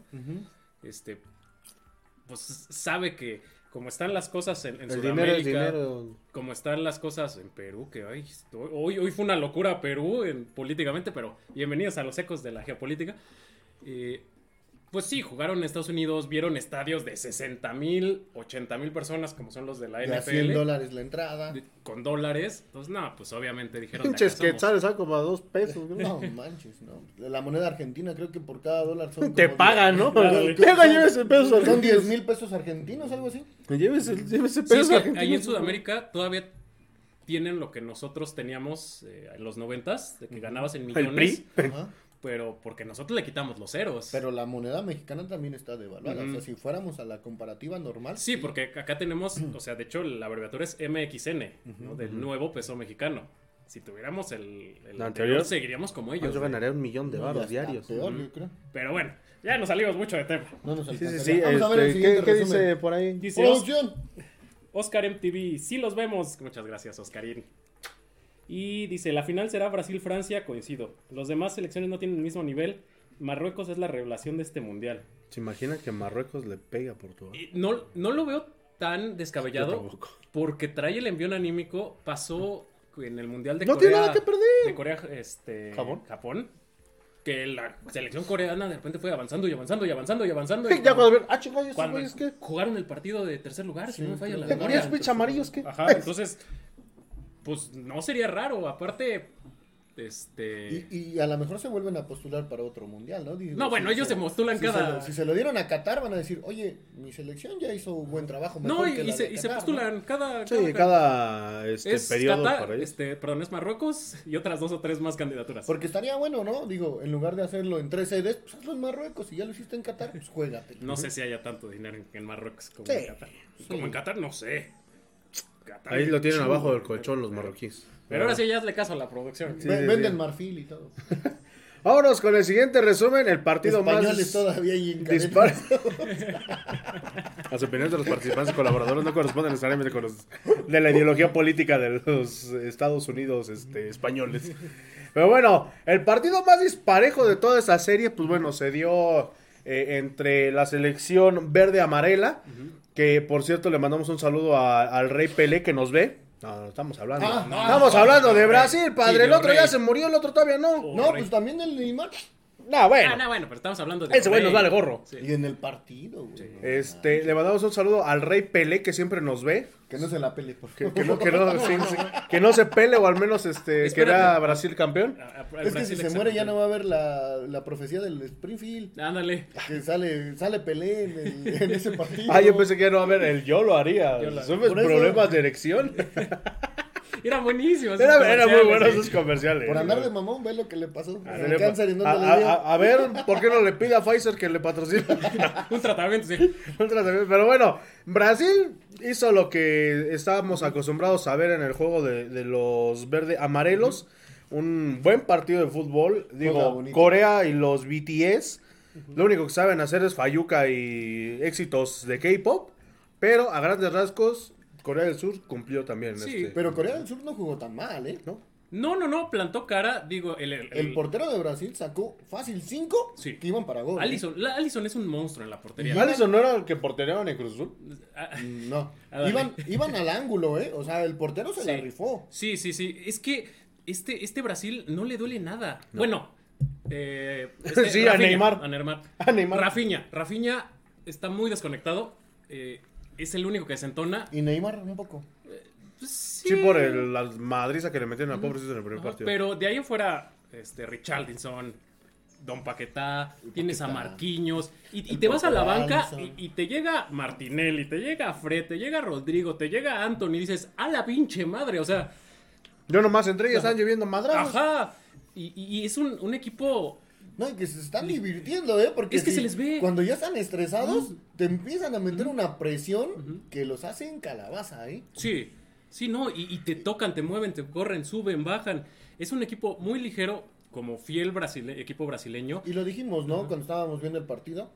Speaker 2: Este, pues sabe que como están las cosas en, en Sudamérica, como están las cosas en Perú, que ay, esto- hoy, hoy fue una locura Perú en- políticamente, pero bienvenidos a los ecos de la geopolítica. Eh, pues sí, jugaron en Estados Unidos, vieron estadios de 60 mil, 80 mil personas, como son los de la
Speaker 3: De a
Speaker 2: NFL.
Speaker 3: 100 dólares la entrada.
Speaker 2: de- con dólares. Entonces, no, pues obviamente dijeron. de acá
Speaker 1: Pinches
Speaker 2: somos.
Speaker 1: quetzales, ¿sabes? Como a dos pesos. ¿no?
Speaker 3: No manches, ¿no? La moneda argentina creo que por cada dólar son
Speaker 1: Te
Speaker 3: como
Speaker 1: pagan,
Speaker 3: diez-
Speaker 1: ¿no?
Speaker 2: Claro.
Speaker 1: Llega, llévese pesos
Speaker 3: Son
Speaker 1: argentinos.
Speaker 3: 10 mil pesos argentinos, algo así.
Speaker 1: Llévese, llévese
Speaker 2: Sí,
Speaker 1: pesos
Speaker 2: es que
Speaker 1: argentinos.
Speaker 2: ahí en Sudamérica todavía tienen lo que nosotros teníamos eh, en los noventas, de que ganabas en
Speaker 1: ¿El
Speaker 2: millones,
Speaker 1: PRI?
Speaker 3: Ajá.
Speaker 2: pero porque nosotros le quitamos los ceros.
Speaker 3: Pero la moneda mexicana también está devaluada. O sea, si fuéramos a la comparativa normal,
Speaker 2: Sí, porque acá tenemos, o sea, de hecho la abreviatura es MXN, ¿no? Del nuevo peso mexicano. Si tuviéramos el,
Speaker 1: La
Speaker 2: el
Speaker 1: anterior, Ah,
Speaker 2: anterior, seguiríamos como ellos.
Speaker 1: Yo
Speaker 2: ¿no?
Speaker 1: ganaría un millón de
Speaker 3: ya
Speaker 1: baros
Speaker 3: está
Speaker 1: diarios.
Speaker 3: Peor, yo creo.
Speaker 2: Pero bueno, ya nos salimos mucho de tema.
Speaker 3: No nos
Speaker 1: Sí, sí,
Speaker 3: alcanzaría.
Speaker 1: sí.
Speaker 3: Vamos a ver el
Speaker 1: este,
Speaker 3: siguiente
Speaker 1: ¿qué, qué
Speaker 3: resumen.
Speaker 1: dice por ahí?
Speaker 2: Dice Os-
Speaker 3: Producción.
Speaker 2: Oscar MTV, sí los vemos. Muchas gracias, Oscarín. Y dice, la final será Brasil-Francia, coincido. Los demás selecciones no tienen el mismo nivel. Marruecos es la revelación de este mundial.
Speaker 1: ¿Se imagina que Marruecos le pega a Portugal?
Speaker 2: Y No, no lo veo tan
Speaker 1: Yo
Speaker 2: descabellado
Speaker 1: tampoco.
Speaker 2: porque trae el envión anímico. Pasó en el mundial de
Speaker 1: No
Speaker 2: Corea.
Speaker 1: tiene nada que perder.
Speaker 2: De Corea, este,
Speaker 1: Japón.
Speaker 2: Japón. Que la selección coreana de repente fue avanzando y avanzando y avanzando y avanzando. y
Speaker 1: Ya cuando ven, ah, chingada, ¿y esos
Speaker 2: cuando
Speaker 1: güeyes qué?
Speaker 2: jugaron el partido de tercer lugar, si no me falla la
Speaker 1: ¿Te
Speaker 2: memoria.
Speaker 1: ponías pinche amarillos qué?
Speaker 2: Ajá, entonces Pues no sería raro, aparte, este...
Speaker 3: Y, y a lo mejor se vuelven a postular para otro mundial, ¿no? Digo,
Speaker 2: No, bueno, ellos se postulan
Speaker 3: si
Speaker 2: cada-
Speaker 3: se lo- si se lo dieron a Qatar, van a decir, oye, mi selección ya hizo un buen trabajo.
Speaker 2: no,
Speaker 3: mejor
Speaker 2: y,
Speaker 3: que
Speaker 2: y
Speaker 3: la
Speaker 2: se,
Speaker 3: de
Speaker 2: y se
Speaker 3: Qatar, ¿no?".
Speaker 2: postulan cada...
Speaker 1: Sí, cada este,
Speaker 2: es
Speaker 1: periodo
Speaker 2: Qatar,
Speaker 1: para ellos.
Speaker 2: este, perdón, es Marruecos y otras dos o tres más candidaturas.
Speaker 3: Porque estaría bueno, ¿no? Digo, en lugar de hacerlo en tres sedes, pues hazlo en Marruecos. Si ya lo hiciste en Qatar, pues juégatelo.
Speaker 2: No sé si haya tanto dinero en, en Marruecos como
Speaker 3: Sí,
Speaker 2: en Qatar. Como en Qatar, no sé. Qatar
Speaker 1: Ahí
Speaker 2: es
Speaker 1: lo tienen
Speaker 2: chulo.
Speaker 1: abajo del colchón los marroquíes.
Speaker 2: Pero ahora sí ya hazle caso a la producción.
Speaker 3: Ve-
Speaker 1: sí,
Speaker 3: Venden
Speaker 1: sí.
Speaker 3: marfil y todo.
Speaker 1: Vámonos con el siguiente resumen, el partido
Speaker 3: Españoles
Speaker 1: más...
Speaker 3: todavía y en
Speaker 1: Dispar-
Speaker 3: cadenas.
Speaker 1: Las opiniones de los participantes y colaboradores no corresponden necesariamente con los de la ideología política de los Estados Unidos este, españoles. Pero bueno, el partido más disparejo de toda esa serie, pues bueno, se dio eh, entre la selección verde-amarela, que por cierto le mandamos un saludo a- al rey Pelé que nos ve. No, no estamos hablando.
Speaker 3: Ah, no,
Speaker 1: estamos
Speaker 2: no,
Speaker 1: hablando de
Speaker 2: no,
Speaker 1: Brasil,
Speaker 2: sí,
Speaker 1: padre.
Speaker 2: de
Speaker 1: El otro ya
Speaker 2: rey. Oh.
Speaker 1: se murió, el otro todavía no.
Speaker 3: No, pues también el Neymar.
Speaker 1: No, bueno.
Speaker 2: Ah, no, bueno, pero estamos hablando de...
Speaker 1: Ese güey nos vale gorro.
Speaker 2: Sí.
Speaker 3: Y en el partido, güey.
Speaker 1: Este, le mandamos un saludo al rey Pelé que siempre nos ve.
Speaker 3: Que no se la pele, por
Speaker 1: Que,
Speaker 3: favor.
Speaker 1: que no, que no- sí, sí, que no se pele o al menos este, que
Speaker 2: Espérate.
Speaker 1: era Brasil campeón.
Speaker 2: A- a- al
Speaker 3: Es que si
Speaker 2: Brasil
Speaker 3: se muere ya no
Speaker 2: exactamente.
Speaker 3: va a haber la, la profecía del Springfield.
Speaker 2: Ándale.
Speaker 3: Que sale, sale Pelé en, el- en ese partido.
Speaker 1: Ah, yo pensé que no, a ver, el yo lo haría.
Speaker 2: Yo lo haría.
Speaker 1: Son mis
Speaker 3: Por eso-
Speaker 1: problemas de erección.
Speaker 2: Era buenísimo. esos
Speaker 1: Era, era muy
Speaker 2: comerciales,
Speaker 1: buenos
Speaker 2: sí.
Speaker 1: esos comerciales.
Speaker 3: Por andar de mamón, ve lo que le pasó.
Speaker 2: Ah,
Speaker 1: A
Speaker 3: El
Speaker 1: ver,
Speaker 3: cáncer y no
Speaker 1: a,
Speaker 3: le
Speaker 1: a-
Speaker 3: dio.
Speaker 1: a- a ver, ¿por qué no le pide a Pfizer que le patrocine?
Speaker 2: Un tratamiento, sí.
Speaker 1: Un tratamiento. Pero bueno, Brasil hizo lo que estábamos acostumbrados a ver en el juego de, de los verde amarelos. Un buen partido de fútbol. Digo,
Speaker 3: bonito.
Speaker 1: Corea y los BTS. Lo único que saben hacer es Fayuca y éxitos de K-pop. Pero a grandes rasgos, Corea del Sur cumplió también.
Speaker 2: Sí,
Speaker 1: este.
Speaker 3: Pero Corea del Sur no jugó tan mal, ¿eh?
Speaker 1: ¿No?
Speaker 2: No, no, no, plantó cara, digo, el... el,
Speaker 3: El portero de Brasil sacó fácil cinco
Speaker 2: Sí.
Speaker 3: que iban para gol. ¿eh?
Speaker 2: Allison, la- Allison es un monstruo en la portería.
Speaker 1: Alisson no era el que portereaba en Cruz Azul.
Speaker 2: Ah,
Speaker 3: No.
Speaker 2: Ah, dale.
Speaker 3: Iban, iban al ángulo, ¿eh? O sea, el portero se la
Speaker 2: Sí.
Speaker 3: rifó.
Speaker 2: Sí, sí, sí. Es que este, este Brasil no le duele nada. Bueno. eh, este,
Speaker 1: Sí, a Neymar.
Speaker 2: A Neymar.
Speaker 1: A Neymar.
Speaker 2: Rafinha. Rafinha está muy desconectado. eh, es el único que se entona.
Speaker 3: Y Neymar un poco.
Speaker 2: Pues,
Speaker 1: Sí, por el- la madriza que le metieron a pobres en el primer
Speaker 2: Ajá,
Speaker 1: partido.
Speaker 2: Pero de ahí en fuera, este, Richarlison, Don Paquetá, tienes a
Speaker 3: Paquetá.
Speaker 2: Marquinhos, y, y
Speaker 3: El
Speaker 2: te vas a la banca
Speaker 3: Portugalson.
Speaker 2: y, y te llega Martinelli, te llega Fred, te llega Rodrigo, te llega Anthony, y dices, a la pinche madre, o sea,
Speaker 1: Yo nomás entré y están lloviendo madrazos.
Speaker 2: ajá. Y, y- y es un, un equipo.
Speaker 3: No, y que se están divirtiendo, ¿eh? Porque
Speaker 2: Es que
Speaker 3: si-
Speaker 2: se les ve.
Speaker 3: Cuando ya están estresados, te empiezan a meter una presión que los hacen calabaza, ¿eh?
Speaker 2: Sí, sí, no, y, y te tocan, te mueven, te corren, suben, bajan. Es un equipo muy ligero, como fiel brasile- equipo brasileño.
Speaker 3: Y lo dijimos, ¿no? Cuando estábamos viendo el partido.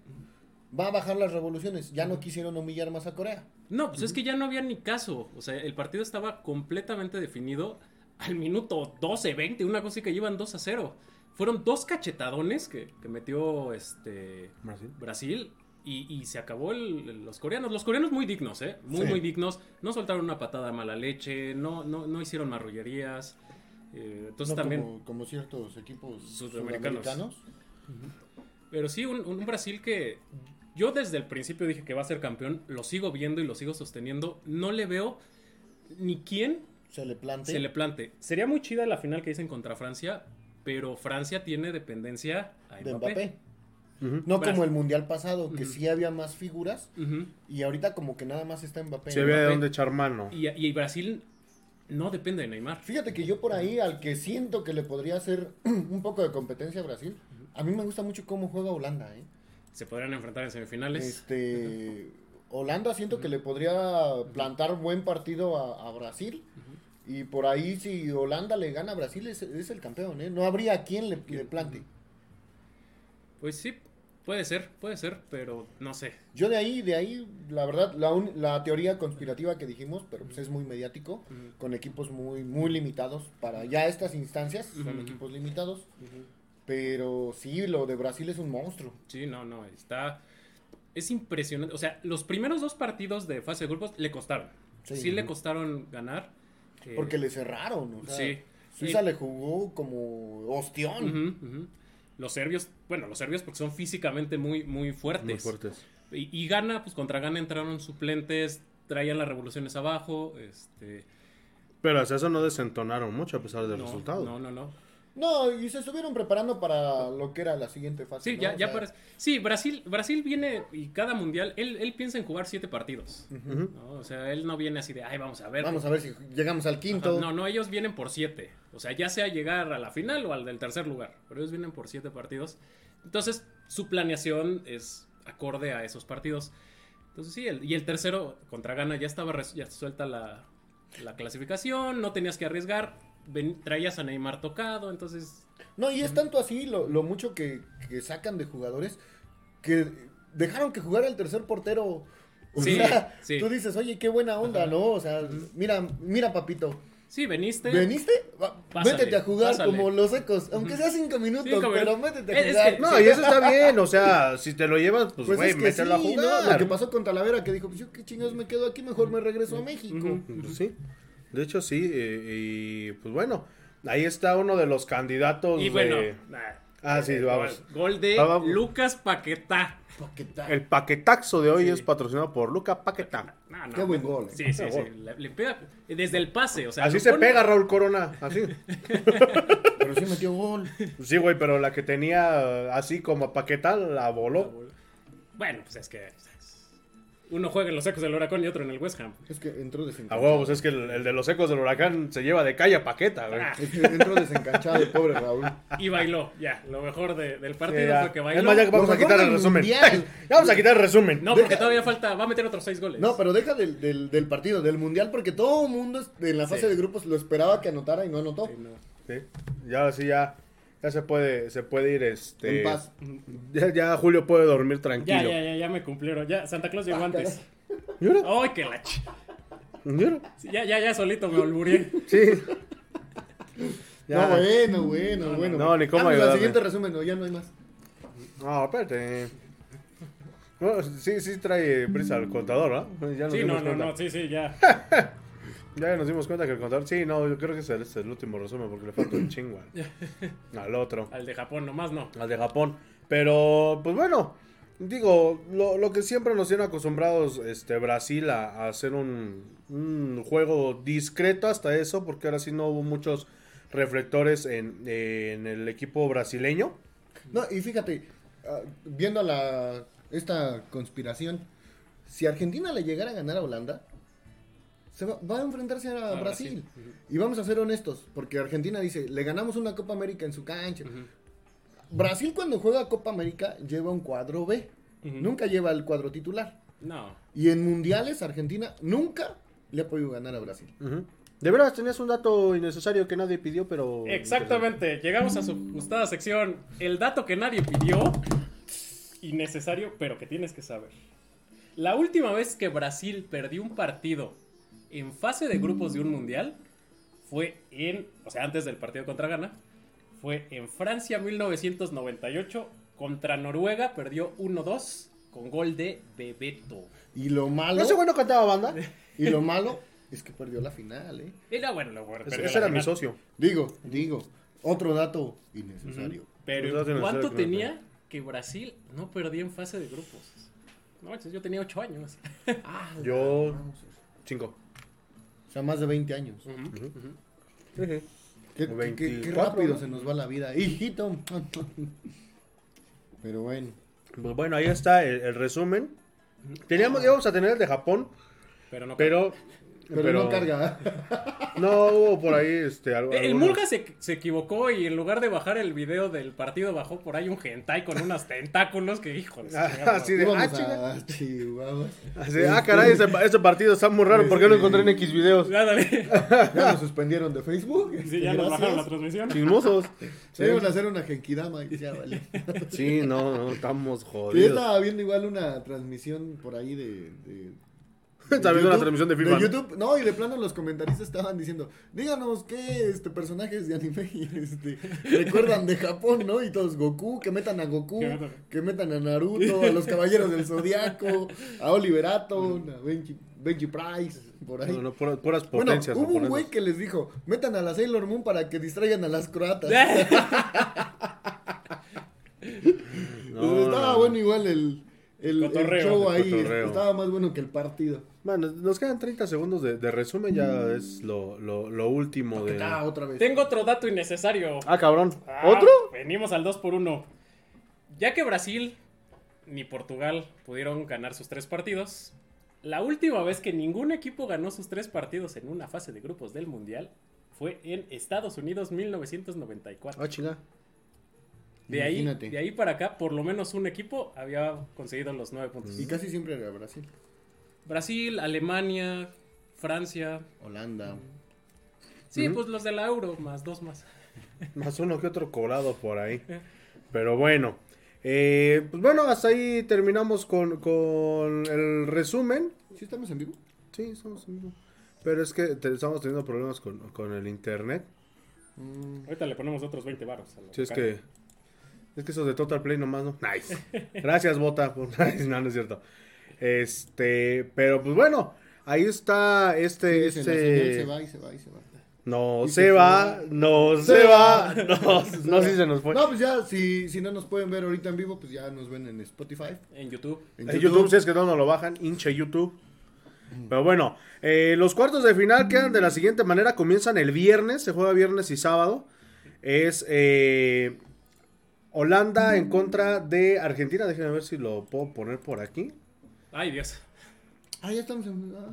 Speaker 3: Va a bajar las revoluciones. Ya no quisieron humillar más a Corea.
Speaker 2: No, pues es que ya no había ni caso. O sea, el partido estaba completamente definido al minuto 12, 20, una cosa así que llevan 2 a 0. Fueron dos cachetadones que, que metió este
Speaker 1: Brasil.
Speaker 2: Brasil y, y se acabó el- el- los coreanos. Los coreanos muy dignos, ¿eh? Muy,
Speaker 3: Sí.
Speaker 2: muy dignos. No soltaron una patada a mala leche, no, no, no hicieron marrullerías. Eh, entonces
Speaker 3: No
Speaker 2: también...
Speaker 3: como, como ciertos equipos
Speaker 2: Sudamericanos.
Speaker 3: sudamericanos.
Speaker 2: Pero sí, un, un Brasil que yo desde el principio dije que va a ser campeón, lo sigo viendo y lo sigo sosteniendo. No le veo ni quién
Speaker 3: Se le plantea.
Speaker 2: se le plante. Sería muy chida la final que dicen contra Francia, pero Francia tiene dependencia a Mbappé.
Speaker 3: de Mbappé.
Speaker 1: Ujú.
Speaker 3: No
Speaker 2: Brasil.
Speaker 3: como el mundial pasado, que
Speaker 2: Ujú.
Speaker 3: sí había más figuras.
Speaker 2: Ujú.
Speaker 3: Y ahorita como que nada más está Mbappé.
Speaker 1: Se ve de
Speaker 2: Mbappé.
Speaker 1: dónde echar mano.
Speaker 2: y, y Brasil no depende de Neymar.
Speaker 3: Fíjate que yo por ahí al que siento que le podría hacer un poco de competencia a Brasil, a mí me gusta mucho cómo juega Holanda, ¿eh?
Speaker 2: Se podrían enfrentar en semifinales.
Speaker 3: Este, Holanda siento que le podría plantar buen partido a, a Brasil. Y por ahí si Holanda le gana a Brasil es, es el campeón, ¿eh? No habría quien le, le plante.
Speaker 2: Pues sí, puede ser, puede ser, pero no sé.
Speaker 3: Yo de ahí, de ahí, la verdad, la, un- la teoría conspirativa que dijimos, pero pues es muy mediático, con equipos muy, muy limitados. Para ya estas instancias son
Speaker 2: Ujú.
Speaker 3: equipos limitados. Pero sí, lo de Brasil es un monstruo.
Speaker 2: Sí, no, no, está... Es impresionante. O sea, los primeros dos partidos de fase de grupos le costaron.
Speaker 3: Sí.
Speaker 2: Sí, le costaron ganar. eh,
Speaker 3: Porque le cerraron, o sea,
Speaker 2: sí.
Speaker 3: Suiza
Speaker 2: Y-
Speaker 3: le jugó como ostión.
Speaker 2: ujú, ujú. Los serbios, bueno, los serbios porque son físicamente muy, muy fuertes.
Speaker 1: Muy fuertes.
Speaker 2: Y, y Ghana, pues contra Ghana entraron suplentes, traían las revoluciones abajo, este...
Speaker 1: Pero hasta eso no desentonaron mucho a pesar del
Speaker 2: No,
Speaker 1: resultado.
Speaker 2: No, no, no.
Speaker 3: No, y se estuvieron preparando para lo que era la siguiente fase.
Speaker 2: Sí,
Speaker 3: ¿no?
Speaker 2: ya,
Speaker 3: O
Speaker 2: ya
Speaker 3: sea,
Speaker 2: parece- Sí, Brasil, Brasil viene y cada mundial, él, él piensa en jugar siete partidos. ¿no? O sea, él no viene así de, ay, vamos a ver.
Speaker 3: Vamos a ver si llegamos al
Speaker 2: Ajá,
Speaker 3: quinto.
Speaker 2: No, no, ellos vienen por siete. O sea, ya sea llegar a la final o al del tercer lugar. Pero ellos vienen por siete partidos. Entonces, su planeación es acorde a esos partidos. Entonces, sí, el- y el tercero contra Ghana ya estaba res- ya suelta la, la clasificación. No tenías que arriesgar. ven- traías a Neymar tocado. Entonces,
Speaker 3: No, y es tanto así lo, lo mucho que, que sacan de jugadores que dejaron que jugara el tercer portero. O
Speaker 2: Sí,
Speaker 3: sea,
Speaker 2: sí.
Speaker 3: tú dices, oye, qué buena onda, ¿no? O sea, mira, mira, papito,
Speaker 2: sí, veniste.
Speaker 3: ¿veniste? Va-
Speaker 2: Pásale,
Speaker 3: métete a jugar
Speaker 2: pásale.
Speaker 3: como los secos, aunque sea cinco minutos,
Speaker 2: Cinco
Speaker 3: pero
Speaker 2: minutos.
Speaker 3: métete a
Speaker 2: Es- es
Speaker 3: jugar.
Speaker 2: que-
Speaker 1: No, y eso está bien, o sea, si te lo llevas, pues
Speaker 3: Pues
Speaker 1: güey,
Speaker 3: es que
Speaker 1: mételo
Speaker 3: sí,
Speaker 1: a jugar.
Speaker 3: ¿no? Lo que pasó con Talavera, que dijo, pues yo qué chingados me quedo aquí, mejor me regreso a México.
Speaker 1: Pues sí, de hecho sí, eh, y pues bueno, ahí está uno de los candidatos
Speaker 2: Y
Speaker 1: de-
Speaker 2: bueno, nah, eh,
Speaker 1: Ah, sí, vamos.
Speaker 2: Gol, gol de
Speaker 1: Ah, vamos.
Speaker 2: Lucas Paquetá.
Speaker 3: Pa' que tal.
Speaker 1: El paquetaxo de hoy
Speaker 2: Sí.
Speaker 1: es patrocinado por Luca Paquetá.
Speaker 2: Nah, no.
Speaker 3: Qué buen gol.
Speaker 2: Sí, sí, sí. Le, le pega desde el pase, o sea.
Speaker 1: eh. Así
Speaker 2: lo
Speaker 1: se
Speaker 2: pone-
Speaker 1: pega Raúl Corona, así.
Speaker 3: Pero sí metió gol.
Speaker 1: Sí, güey, pero la que tenía eh, así como Paquetá la voló.
Speaker 2: Bueno, pues es que uno juega en los sacos del huracán y otro en el West Ham.
Speaker 3: Es que entró
Speaker 1: A
Speaker 3: desencanchado.
Speaker 1: huevos, es que el, el de los ecos del huracán se lleva de calle a Paqueta, güey.
Speaker 2: Ah,
Speaker 3: Es que entró desencanchado el pobre Raúl.
Speaker 2: Y bailó, ya. Lo mejor de- del partido
Speaker 1: Sí, ya.
Speaker 2: Ah, fue que bailó.
Speaker 1: Es más, ya vamos
Speaker 3: Lo mejor
Speaker 1: a quitar el
Speaker 3: del
Speaker 1: resumen.
Speaker 3: mundial.
Speaker 1: Ya vamos a quitar el resumen.
Speaker 2: No, porque todavía falta. Va a meter otros seis goles.
Speaker 3: No, pero deja del, del, del partido, del mundial, porque todo el mundo es- en la fase
Speaker 2: Sí.
Speaker 3: de grupos lo esperaba que anotara y no anotó.
Speaker 2: Sí, no.
Speaker 1: Sí, ya ahora sí ya, ya se puede, se puede ir este.
Speaker 3: En paz.
Speaker 1: Ya, ya Julio puede dormir
Speaker 2: Ya,
Speaker 1: tranquilo. Ah,
Speaker 2: ya, ya, ya me cumplieron. Ya, Santa Claus llegó antes.
Speaker 1: ¿Y ahora?
Speaker 2: ¡Ay, qué la ch-
Speaker 1: ¿Y ahora?
Speaker 2: Sí, Ya, ya, ya, solito me olburé.
Speaker 1: Sí. Ya.
Speaker 3: No, bueno, bueno, bueno.
Speaker 1: no, ni cómo
Speaker 3: Vamos al
Speaker 1: ayudarle.
Speaker 3: siguiente resumen, no, ya no hay más.
Speaker 1: No, espérate. Bueno, sí, sí trae prisa el contador, ¿no? Ya nos
Speaker 2: Sí, no,
Speaker 1: dimos
Speaker 2: no,
Speaker 1: cuenta.
Speaker 2: no. Sí, sí, ya.
Speaker 1: Ya nos dimos cuenta que el contador. Sí, no, yo creo que ese es el último resumen porque le falta un chingo al- al otro.
Speaker 2: Al de Japón, nomás no.
Speaker 1: al de Japón. Pero, pues bueno, digo, lo, lo que siempre nos tienen acostumbrados este, Brasil a, a hacer un, un juego discreto hasta eso, porque ahora sí no hubo muchos reflectores en, en el equipo brasileño.
Speaker 3: No, y fíjate, ah, viendo la, esta conspiración, si Argentina le llegara a ganar a Holanda, se va, va a enfrentarse a,
Speaker 1: Ah,
Speaker 2: A Brasil.
Speaker 3: Brasil. Y vamos a ser honestos, porque Argentina dice, le ganamos una Copa América en su cancha. Brasil cuando juega Copa América lleva un cuadro B,
Speaker 2: Ujú.
Speaker 3: nunca lleva el cuadro titular.
Speaker 2: No.
Speaker 3: Y en mundiales Argentina nunca le ha podido ganar a Brasil.
Speaker 1: De veras, tenías un dato innecesario que nadie pidió, pero...
Speaker 2: Exactamente, llegamos a su gustada sección, el dato que nadie pidió, innecesario, pero que tienes que saber. La última vez que Brasil perdió un partido en fase de grupos de un mundial fue en, o sea, antes del partido contra Ghana, fue en Francia 1998 contra Noruega, perdió 1-2 con gol de Bebeto.
Speaker 3: Y lo malo,
Speaker 1: ¿No ese güey no cantaba banda?
Speaker 3: y lo malo es que perdió la final, ¿eh?
Speaker 2: Era bueno, lo bueno,
Speaker 1: Ese,
Speaker 2: perdió
Speaker 1: ese
Speaker 2: la
Speaker 1: era mi
Speaker 2: final.
Speaker 1: socio.
Speaker 3: Digo, digo, otro dato innecesario.
Speaker 1: Los
Speaker 2: Pero
Speaker 1: dos
Speaker 2: ¿cuánto
Speaker 1: dinosaurios,
Speaker 2: tenía que Brasil no perdía en fase de grupos? No manches, yo tenía 8 años.
Speaker 1: Yo... Cinco.
Speaker 3: O sea, más de 20 años. Qué,
Speaker 1: Como
Speaker 3: qué- qué
Speaker 1: 24,
Speaker 3: rápido
Speaker 1: ¿no?
Speaker 3: se nos va la vida. Hijito. Pero bueno.
Speaker 1: Pues bueno, ahí está el, el resumen. Teníamos, íbamos a tener el de Japón,
Speaker 2: Pero no.
Speaker 1: pero...
Speaker 3: Pero, no carga.
Speaker 1: No, hubo por ahí este, algo.
Speaker 2: El
Speaker 1: algunos-
Speaker 2: Mulga se, se equivocó y en lugar de bajar el video del partido bajó por ahí un hentai con unos tentáculos que hijo de su chingada.
Speaker 1: Así de. Ah,
Speaker 3: Íbamos
Speaker 1: chinga.
Speaker 3: a Chihuahua.
Speaker 1: Así de, ah, caray, ese, ese partido está muy raro. ¿Por qué lo encontré en X videos?
Speaker 2: Ándale.
Speaker 3: Ya nos suspendieron de Facebook.
Speaker 2: Sí, ya nos
Speaker 3: Gracias.
Speaker 2: bajaron la transmisión.
Speaker 1: Chismosos.
Speaker 3: Sí, iban a hacer una genkidama. y Ya vale.
Speaker 1: Sí, no, no, estamos
Speaker 3: Yo
Speaker 1: jodidos.
Speaker 3: estaba viendo igual una transmisión por ahí de. de- de
Speaker 1: Estaba viendo
Speaker 3: YouTube,
Speaker 1: una transmisión de FIFA.
Speaker 3: YouTube, no, y de plano los comentaristas estaban diciendo, díganos qué este, personajes de anime este, recuerdan de Japón, ¿no? Y todos Goku, que metan a Goku,
Speaker 2: Que metan-
Speaker 3: que metan a Naruto, a los Caballeros del Zodiaco, a Oliver Atom, a Benji, Benji Price, por ahí.
Speaker 1: No, no, puras, puras
Speaker 3: bueno,
Speaker 1: potencias.
Speaker 3: hubo un
Speaker 1: japonesas.
Speaker 3: güey que les dijo, metan a la Sailor Moon para que distraigan a las croatas.
Speaker 2: Ah,
Speaker 1: No,
Speaker 3: Entonces, estaba
Speaker 1: no, no.
Speaker 3: bueno igual el, el, el
Speaker 2: Cotorreo.
Speaker 3: show
Speaker 1: El
Speaker 3: ahí este,
Speaker 1: cotorreo.
Speaker 3: estaba más bueno que el partido.
Speaker 1: Bueno, nos quedan 30 segundos de, de resumen, ya
Speaker 3: Mm.
Speaker 1: es lo, lo, lo último de...
Speaker 3: Ah, otra vez.
Speaker 2: Tengo otro dato innecesario.
Speaker 1: Ah, cabrón.
Speaker 2: Ah,
Speaker 1: ¿Otro?
Speaker 2: Venimos al 2 por 1 Ya que Brasil ni Portugal pudieron ganar sus tres partidos, la última vez que ningún equipo ganó sus tres partidos en una fase de grupos del Mundial fue en Estados Unidos 1994.
Speaker 1: Ah, chinga.
Speaker 2: De ahí,
Speaker 3: Imagínate.
Speaker 2: de ahí para acá, por lo menos un equipo había conseguido los nueve puntos.
Speaker 1: Mm.
Speaker 3: Y casi siempre era Brasil.
Speaker 2: Brasil, Alemania, Francia.
Speaker 3: Holanda.
Speaker 2: Sí, pues los de la Euro, más dos más.
Speaker 1: Más uno que otro colado por ahí. Pero bueno. eh, pues bueno, hasta ahí terminamos con, con el resumen.
Speaker 3: ¿Sí estamos en vivo?
Speaker 1: Sí, estamos en vivo. Pero es que te- estamos teniendo problemas con, con el internet.
Speaker 2: Ahorita le ponemos otros 20 baros. a la
Speaker 1: Si es
Speaker 2: cara.
Speaker 1: que. Es que esos de Total Play nomás, ¿no? Nice. Gracias, Bota. Por... Nice. No, no es cierto. Este. Pero pues bueno. Ahí está este.
Speaker 3: Dicen, la señal
Speaker 1: este...
Speaker 3: se va y se va y se va.
Speaker 1: No
Speaker 3: Y
Speaker 1: se
Speaker 3: se
Speaker 1: va,
Speaker 3: fue.
Speaker 1: no se,
Speaker 3: Se va.
Speaker 1: va, no, no si se nos fue.
Speaker 3: No, pues ya, si, si no nos pueden ver ahorita en vivo, pues ya nos ven en Spotify.
Speaker 2: En YouTube.
Speaker 3: En
Speaker 1: En Eh, YouTube, si es que no nos lo bajan, hinche YouTube. Pero bueno, eh, los cuartos de final quedan de la siguiente manera. Comienzan el viernes, se juega viernes y sábado. Es eh, Holanda en contra de Argentina. Déjenme ver si lo puedo poner por aquí.
Speaker 2: Ay, Dios.
Speaker 3: Ah, ya estamos en. ah.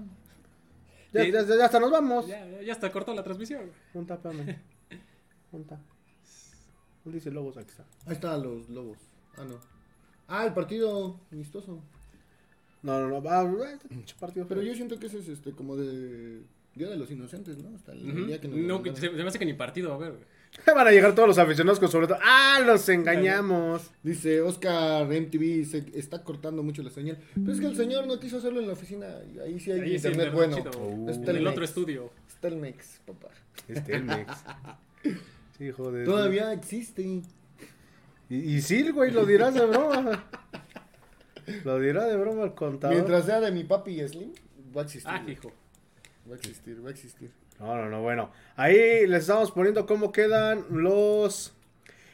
Speaker 1: Ya,
Speaker 2: Sí.
Speaker 1: ya- ya hasta nos vamos.
Speaker 2: Ya, ya está corta la transmisión.
Speaker 1: Junta, espérame. Junta. Dice Lobos, aquí está.
Speaker 3: Ahí están los lobos. Ah, no. Ah, el partido amistoso.
Speaker 1: No, no, no. va, va, este pinche partido.
Speaker 3: Pero yo siento que ese es este, como de. Día de los Inocentes, ¿no? Hasta el
Speaker 2: Ujú.
Speaker 3: día que nos
Speaker 2: No, que
Speaker 3: mandaron.
Speaker 2: se, se me hace que ni partido, a ver.
Speaker 1: Van a llegar todos los aficionados con sobre todo. ¡Ah, los engañamos!
Speaker 3: Dice Oscar MTV, se está cortando mucho la señal. Pero es que el señor no quiso hacerlo en la oficina. y Ahí sí hay
Speaker 2: Ahí sí,
Speaker 3: internet
Speaker 2: internet
Speaker 3: bueno.
Speaker 2: chido.
Speaker 1: Oh.
Speaker 3: Está
Speaker 2: En el
Speaker 3: Telmex.
Speaker 2: otro estudio.
Speaker 3: Está el Mex, papá.
Speaker 1: Este, el Mex. Sí, joder.
Speaker 3: Todavía existe.
Speaker 1: Y, y sí, güey, lo dirás de broma. Lo dirá de broma el contador.
Speaker 3: Mientras sea de mi papi Slim, va a existir.
Speaker 2: Ah,
Speaker 3: güey.
Speaker 2: hijo.
Speaker 3: va a existir, va a existir.
Speaker 1: No, no, no, bueno. Ahí les estamos poniendo cómo quedan los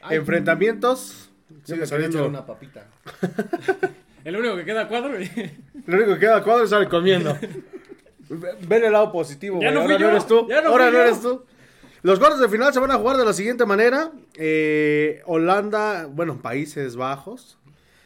Speaker 3: Ay,
Speaker 1: enfrentamientos.
Speaker 3: Yo
Speaker 1: Sigue
Speaker 3: me quería
Speaker 1: saliendo.
Speaker 3: echar una papita.
Speaker 2: El único que queda a cuadro.
Speaker 1: Lo único que queda cuadro es sale comiendo. Ve- Ven el lado positivo,
Speaker 2: Ya
Speaker 1: güey.
Speaker 2: no
Speaker 1: Ahora
Speaker 2: fui
Speaker 1: no
Speaker 2: yo,
Speaker 1: eres tú.
Speaker 2: ya no
Speaker 1: Ahora
Speaker 2: fui
Speaker 1: no
Speaker 2: yo.
Speaker 1: eres tú. Los cuartos de final se van a jugar de la siguiente manera. Eh, Holanda, bueno, Países Bajos.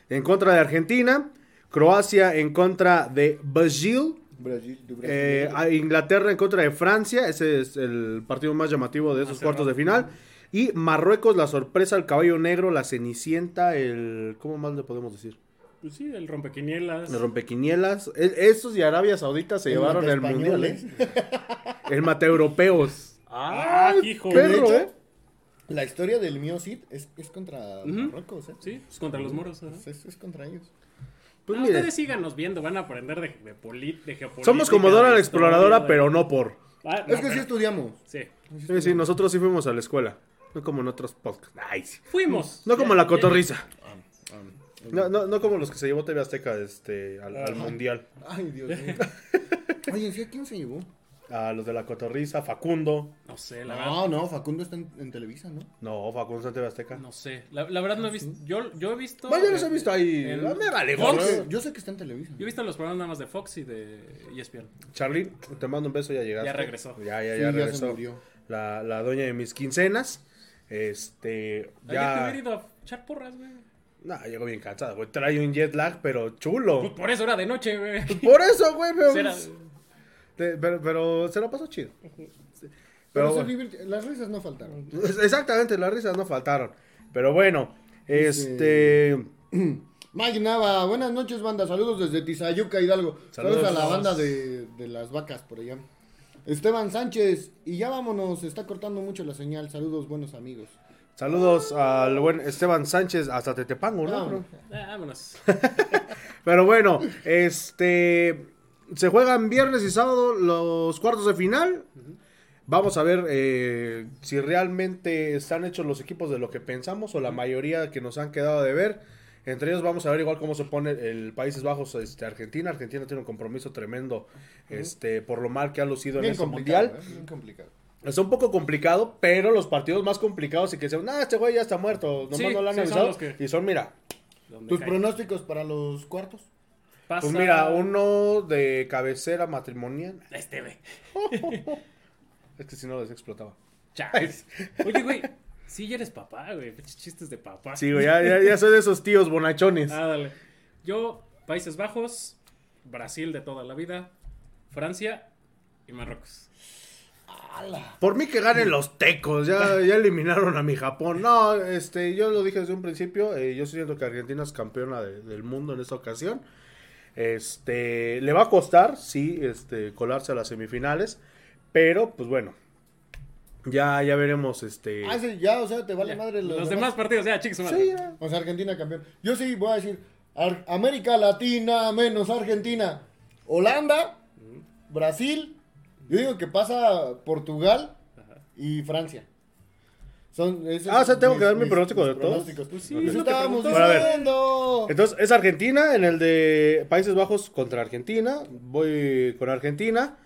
Speaker 1: En contra de Argentina. Croacia en contra de Brasil.
Speaker 3: Brasil, de Brasil.
Speaker 1: Eh, a Inglaterra en contra de Francia. Ese es el partido más llamativo de esos
Speaker 2: Hace
Speaker 1: cuartos de
Speaker 2: rato.
Speaker 1: final. Y Marruecos, la sorpresa, el caballo negro, la cenicienta, el... ¿Cómo más le podemos decir?
Speaker 2: Pues sí, el rompequinielas.
Speaker 1: El rompequinielas. Es- estos E, y Arabia Saudita se
Speaker 3: El
Speaker 1: llevaron el
Speaker 3: mata
Speaker 1: mundial. ¿eh?
Speaker 3: españoles.
Speaker 1: El mate europeos.
Speaker 2: Ah, hijo.
Speaker 1: perro,
Speaker 3: de hecho-
Speaker 1: ¿eh?
Speaker 3: La historia del mío Cid es, es contra
Speaker 2: Ujú.
Speaker 3: Marruecos, ¿eh?
Speaker 2: Sí, pues contra los moros. ajá.
Speaker 3: Es, es- es contra ellos.
Speaker 1: Pues
Speaker 2: Ah,
Speaker 1: mire,
Speaker 2: ustedes síganos viendo, van a aprender de, de, poli- de geopolítica.
Speaker 1: somos como
Speaker 2: de
Speaker 1: Dora la
Speaker 2: historia,
Speaker 1: exploradora,
Speaker 2: de-
Speaker 1: pero no por.
Speaker 2: Ah, no,
Speaker 3: Es que sí
Speaker 2: pero-
Speaker 3: estudiamos.
Speaker 2: sí.
Speaker 1: Sí, sí, nosotros sí fuimos a la escuela. No como en otros podcasts. Ay, sí.
Speaker 2: Fuimos.
Speaker 1: No como
Speaker 2: Ya-
Speaker 1: la
Speaker 2: ya-
Speaker 1: cotorriza.
Speaker 3: Am, am.
Speaker 1: No, no, no como los que se llevó TV Azteca este, al, al
Speaker 2: Ajá.
Speaker 1: mundial.
Speaker 3: Ay, Dios mío. Oye, ¿sí a quién se llevó?
Speaker 1: A los de la cotorriza, Facundo.
Speaker 2: No sé, la verdad.
Speaker 3: No, no, Facundo está en, en Televisa, ¿no?
Speaker 1: No, Facundo está en TV Azteca.
Speaker 2: No sé. La, la verdad no he visto. Yo, yo he visto.
Speaker 1: Bueno, yo los he visto ahí.
Speaker 2: en-
Speaker 1: Me vale,
Speaker 2: Fox.
Speaker 1: gorro.
Speaker 3: Yo sé que está en Televisa.
Speaker 2: Yo he visto los programas nada más de Fox y de E ESPN.
Speaker 1: Charly, te mando un beso, ya llegaste.
Speaker 2: Ya regresó.
Speaker 1: Ya, ya,
Speaker 3: Sí,
Speaker 1: ya
Speaker 3: ya se
Speaker 1: regresó.
Speaker 3: murió.
Speaker 1: La, la doña de mis quincenas. Este,
Speaker 2: Había que
Speaker 1: ya.
Speaker 2: haber ido a echar porras, güey.
Speaker 1: Nah, llego bien cansada, güey. Trae un jet lag, pero chulo.
Speaker 2: Pues por eso era de noche, güey.
Speaker 1: Por eso, güey, pero,
Speaker 2: Será-
Speaker 1: te- pero, pero se lo pasó chido.
Speaker 3: Pero
Speaker 1: Pero,
Speaker 3: se divirti- las risas no faltaron.
Speaker 1: exactamente, las risas no faltaron. Pero bueno, este.
Speaker 3: Mike Nava, buenas noches, banda. Saludos desde Tizayuca, Hidalgo. Saludos,
Speaker 1: Saludos.
Speaker 3: a la banda de, de las vacas por allá. Esteban Sánchez, y ya vámonos, está cortando mucho la señal. Saludos, buenos amigos.
Speaker 1: Saludos al buen Esteban Sánchez hasta Tetepango, ¿no?
Speaker 3: Ah,
Speaker 1: Creo.
Speaker 2: Ah, vámonos.
Speaker 1: Pero bueno, este. Se juegan viernes y sábado los cuartos de final. Vamos a ver eh, si realmente están hechos los equipos de lo que pensamos o la mayoría que nos han quedado de ver. Entre ellos vamos a ver igual cómo se pone el Países Bajos, este, Argentina. Argentina tiene un compromiso tremendo, este, por lo mal que ha lucido en
Speaker 3: bien
Speaker 1: este
Speaker 3: complicado.
Speaker 1: mundial.
Speaker 3: ¿eh? Bien complicado.
Speaker 1: Es un poco complicado, pero los partidos más complicados y que se, nah, este güey ya está muerto, nomás
Speaker 2: Sí,
Speaker 1: no lo han
Speaker 2: sí, son
Speaker 1: avisado",
Speaker 2: los que-
Speaker 1: y son, mira,
Speaker 2: donde
Speaker 3: ¿Tus
Speaker 2: caiga.
Speaker 3: pronósticos para los cuartos?
Speaker 2: Pasa-
Speaker 1: Pues mira, uno de cabecera matrimonial.
Speaker 2: Este, güey.
Speaker 1: Es que si no les explotaba.
Speaker 2: Chales. Oye, güey, sí ya eres papá, güey. Pinches chistes de papá.
Speaker 1: Sí, güey, ya, ya- ya soy de esos tíos bonachones.
Speaker 2: Ah, dale. Yo, Países Bajos, Brasil de toda la vida, Francia y Marruecos.
Speaker 1: Por mí que ganen los tecos, ya, ya eliminaron a mi Japón. No, este, yo lo dije desde un principio, eh, yo siento que Argentina es campeona de- del mundo en esta ocasión. Este, le va a costar, sí, este, colarse a las semifinales, pero pues bueno, ya, ya veremos, este...
Speaker 3: Ah, sí, ya, o sea, te vale
Speaker 2: Ya.
Speaker 3: madre
Speaker 2: los, demás partidos, ya, chicos.
Speaker 1: sí, ya.
Speaker 3: O sea, Argentina campeón. Yo sí voy a decir Ar- América Latina menos Argentina. Holanda, Brasil. Yo digo que pasa Portugal y Francia. Son esos
Speaker 1: Ah, o sea, tengo
Speaker 3: mis-
Speaker 1: que dar mi
Speaker 3: mis-
Speaker 1: pronóstico
Speaker 3: mis
Speaker 1: de todos.
Speaker 3: pronósticos.
Speaker 2: Pues sí,
Speaker 3: Eso
Speaker 2: es lo que
Speaker 3: estábamos
Speaker 1: Bueno,
Speaker 2: preguntaba.
Speaker 1: a ver.
Speaker 3: diciendo.
Speaker 1: Entonces, es Argentina en el de Países Bajos contra Argentina. Voy con Argentina.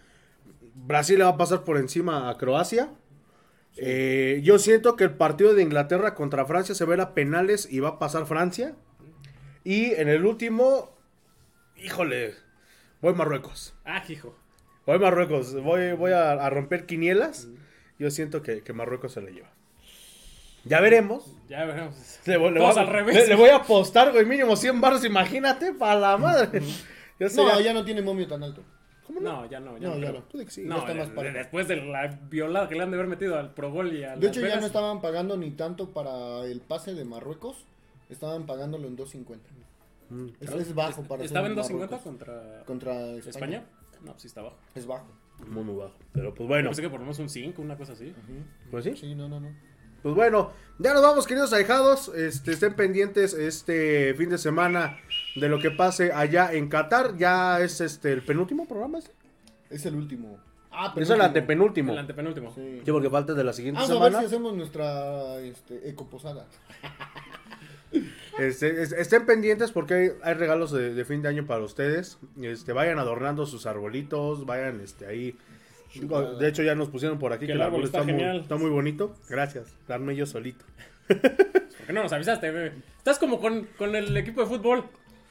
Speaker 1: Brasil le va a pasar por encima a Croacia. Eh, yo siento que el partido de Inglaterra contra Francia se va a ir a penales y va a pasar Francia. Y en el último, híjole, voy Marruecos.
Speaker 2: Ah, hijo.
Speaker 1: Voy Marruecos, voy, voy a, a romper quinielas. Yo siento que, que Marruecos se lo lleva. Ya veremos.
Speaker 2: Ya veremos.
Speaker 1: Le, voy- le
Speaker 2: Todos
Speaker 1: voy, a-
Speaker 2: al revés.
Speaker 1: le- le voy a apostar, güey, mínimo 100 barros, imagínate, para la madre. Ya
Speaker 3: No,
Speaker 1: sería-
Speaker 3: ya no tiene momio tan alto.
Speaker 2: No, ya no, ya
Speaker 3: No,
Speaker 2: no.
Speaker 3: ya
Speaker 2: creo.
Speaker 3: no.
Speaker 1: Tú di que sí.
Speaker 2: No,
Speaker 3: está
Speaker 2: de-
Speaker 3: más
Speaker 2: de-
Speaker 3: parejo.
Speaker 2: después de la violada que le han de haber metido al Pro Bowl y al
Speaker 3: De hecho, ya no estaban pagando ni tanto para el pase de Marruecos. Estaban pagándolo en 2.50. Eso es bajo para ser
Speaker 2: ¿Estaba en 250
Speaker 3: Marruecos.
Speaker 2: contra,
Speaker 3: contra
Speaker 2: España?
Speaker 3: España.
Speaker 2: No, pues sí está abajo.
Speaker 3: Es bajo.
Speaker 1: Muy, muy bajo. Pero pues bueno,
Speaker 2: Pensé que por lo menos un 5, una cosa así.
Speaker 1: pues sí.
Speaker 3: Sí, no, no, no.
Speaker 1: Pues bueno, ya nos vamos, queridos ahijados. Este, estén pendientes este fin de semana de lo que pase allá en Qatar. Ya es este el penúltimo programa. Este.
Speaker 3: Es el último. Ah,
Speaker 1: Eso es el antepenúltimo.
Speaker 2: El antepenúltimo.
Speaker 3: Sí.
Speaker 1: Sí, porque falta de la siguiente
Speaker 3: Vamos a ver
Speaker 1: semana.
Speaker 3: si hacemos nuestra este, ecoposada.
Speaker 2: Pues
Speaker 1: Este, es- estén pendientes porque hay, hay regalos de, de fin de año para ustedes. Este, vayan adornando sus arbolitos, vayan este, ahí.
Speaker 3: Chulada.
Speaker 1: De hecho, ya nos pusieron por aquí
Speaker 2: Que el árbol está
Speaker 1: muy,
Speaker 2: genial.
Speaker 1: está muy bonito. Gracias, darme yo solito.
Speaker 2: ¿Por qué no nos avisaste, bebé? Estás como con, con el equipo de fútbol.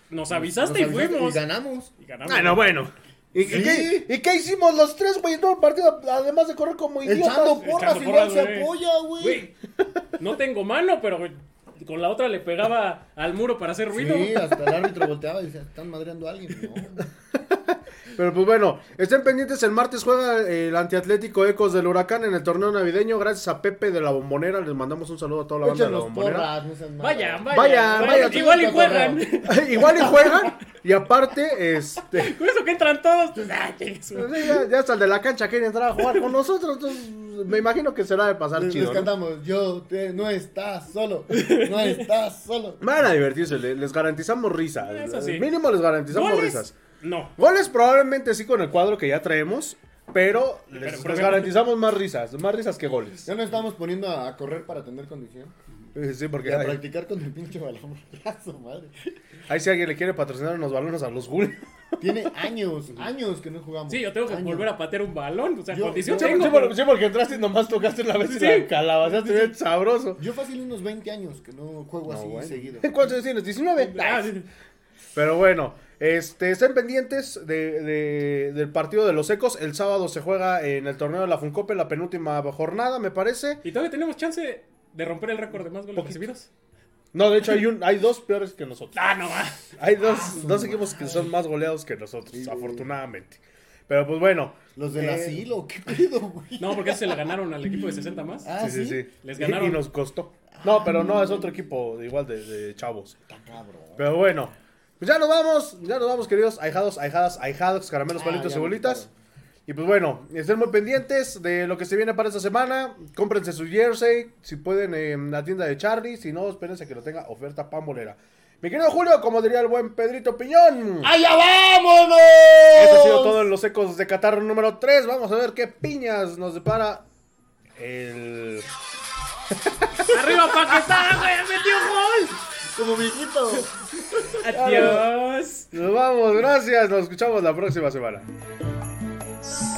Speaker 2: Nos avisaste y
Speaker 3: Nos avisaste
Speaker 2: fuimos.
Speaker 3: Y ganamos.
Speaker 2: Y ganamos.
Speaker 1: Bueno, bueno. ¿Y, y
Speaker 3: Sí.
Speaker 1: qué, y qué hicimos los tres, güey, en todo el partido? Además de correr como
Speaker 3: Echando
Speaker 1: idiotas.
Speaker 3: porras,
Speaker 2: echando
Speaker 3: igual
Speaker 2: porras,
Speaker 3: se
Speaker 2: güey.
Speaker 3: apoya, güey.
Speaker 2: Güey, no tengo mano, pero con la otra le pegaba al muro para hacer ruido.
Speaker 3: Sí, hasta el árbitro volteaba y decía, están madreando a alguien. No.
Speaker 1: Pero pues bueno, estén pendientes. El martes juega eh, el antiatlético Ecos del Huracán en el torneo navideño. Gracias a Pepe de la Bombonera. Les mandamos un saludo a toda la banda de la
Speaker 3: Échanos
Speaker 1: Bombonera.
Speaker 3: porras, no sean
Speaker 2: Vaya,
Speaker 3: malos.
Speaker 2: vaya,
Speaker 1: Vaya, vaya, tú
Speaker 2: Igual y
Speaker 3: nunca
Speaker 2: juegan.
Speaker 1: Igual y juegan. Y aparte, este.
Speaker 2: Con eso que entran todos. pues, ah, chingue su-
Speaker 1: Pues sí, ya, ya hasta el de la cancha quiere entrar a jugar con nosotros, entonces me imagino que será de pasar
Speaker 3: Les, les
Speaker 1: chido. ¿no?
Speaker 3: cantamos, yo te, no estás solo, no estás solo.
Speaker 1: Van a divertirse, le- les garantizamos risas.
Speaker 2: Eso sí.
Speaker 1: Mínimo les garantizamos
Speaker 2: ¿Goles?
Speaker 1: risas.
Speaker 2: No.
Speaker 1: Goles probablemente sí con el cuadro que ya traemos, pero les,
Speaker 2: Pero,
Speaker 1: les
Speaker 2: pero-
Speaker 1: garantizamos más risas, más risas que goles.
Speaker 3: Ya nos estamos poniendo a, a correr para tener condición.
Speaker 1: Eh, Sí,
Speaker 3: Y
Speaker 1: porque
Speaker 3: a
Speaker 1: ahí,
Speaker 3: practicar con el pinche balón. Ya, su madre.
Speaker 1: ahí si alguien le quiere patrocinar unos balones a los Ghouls.
Speaker 3: Tiene años, años que no jugamos.
Speaker 2: Sí, yo tengo que
Speaker 3: Años.
Speaker 2: volver a patear un balón. O sea,
Speaker 3: Yo-
Speaker 2: condición
Speaker 1: Sí,
Speaker 2: tengo.
Speaker 1: sí,
Speaker 2: pero-
Speaker 1: porque- sí, porque entraste y nomás tocaste una vez y
Speaker 2: Sí.
Speaker 1: la calabazaste bien sabroso.
Speaker 3: Yo fácil unos 20 años que no juego
Speaker 1: No,
Speaker 3: así
Speaker 1: bueno.
Speaker 3: seguido.
Speaker 1: ¿Cuántos tienes?
Speaker 3: pues,
Speaker 1: ¿19?
Speaker 2: Ah, sí.
Speaker 1: Pero bueno, este, estén pendientes de, de- del partido de los Ecos. El sábado se juega en el torneo de la Funcope, la penúltima jornada, me parece.
Speaker 2: Y todavía tenemos chance de romper el récord de más goles recibidos.
Speaker 1: No, de hecho hay, un, hay dos peores que nosotros.
Speaker 2: Ah, no más.
Speaker 1: Hay dos, dos equipos que son más goleados que nosotros, afortunadamente. Pero pues bueno.
Speaker 3: Los del
Speaker 1: Eh,
Speaker 3: asilo, qué pedo, güey.
Speaker 2: No, porque se le ganaron al equipo de 60 más.
Speaker 3: Ah,
Speaker 1: Sí, sí, sí.
Speaker 2: Les
Speaker 1: Y-
Speaker 2: ganaron.
Speaker 1: Y, nos costó. No, pero no, es otro equipo igual de, de chavos.
Speaker 3: Está cabrón.
Speaker 1: Pero bueno. Pues ya nos vamos, ya nos vamos, queridos ahijados, ahijadas, ahijados, caramelos,
Speaker 3: Ah,
Speaker 1: palitos
Speaker 3: ya
Speaker 1: y
Speaker 3: me
Speaker 1: bolitas. Y pues bueno, estén muy pendientes de lo que se viene para esta semana. Cómprense su jersey, si pueden, en la tienda de Charlie. Si no, espérense que lo tenga oferta pambolera. Mi querido Julio, como diría el buen Pedrito Piñón.
Speaker 3: ¡Allá vámonos!
Speaker 1: Esto Este ha sido todo en los ecos de Qatar número 3. Vamos a ver qué piñas nos depara el...
Speaker 2: ¡Arriba, Paquetá, güey! ¡Metió gol!
Speaker 3: Como viejito.
Speaker 2: ¡Adiós!
Speaker 1: Nos vamos, gracias. Nos escuchamos la próxima semana.
Speaker 4: Solo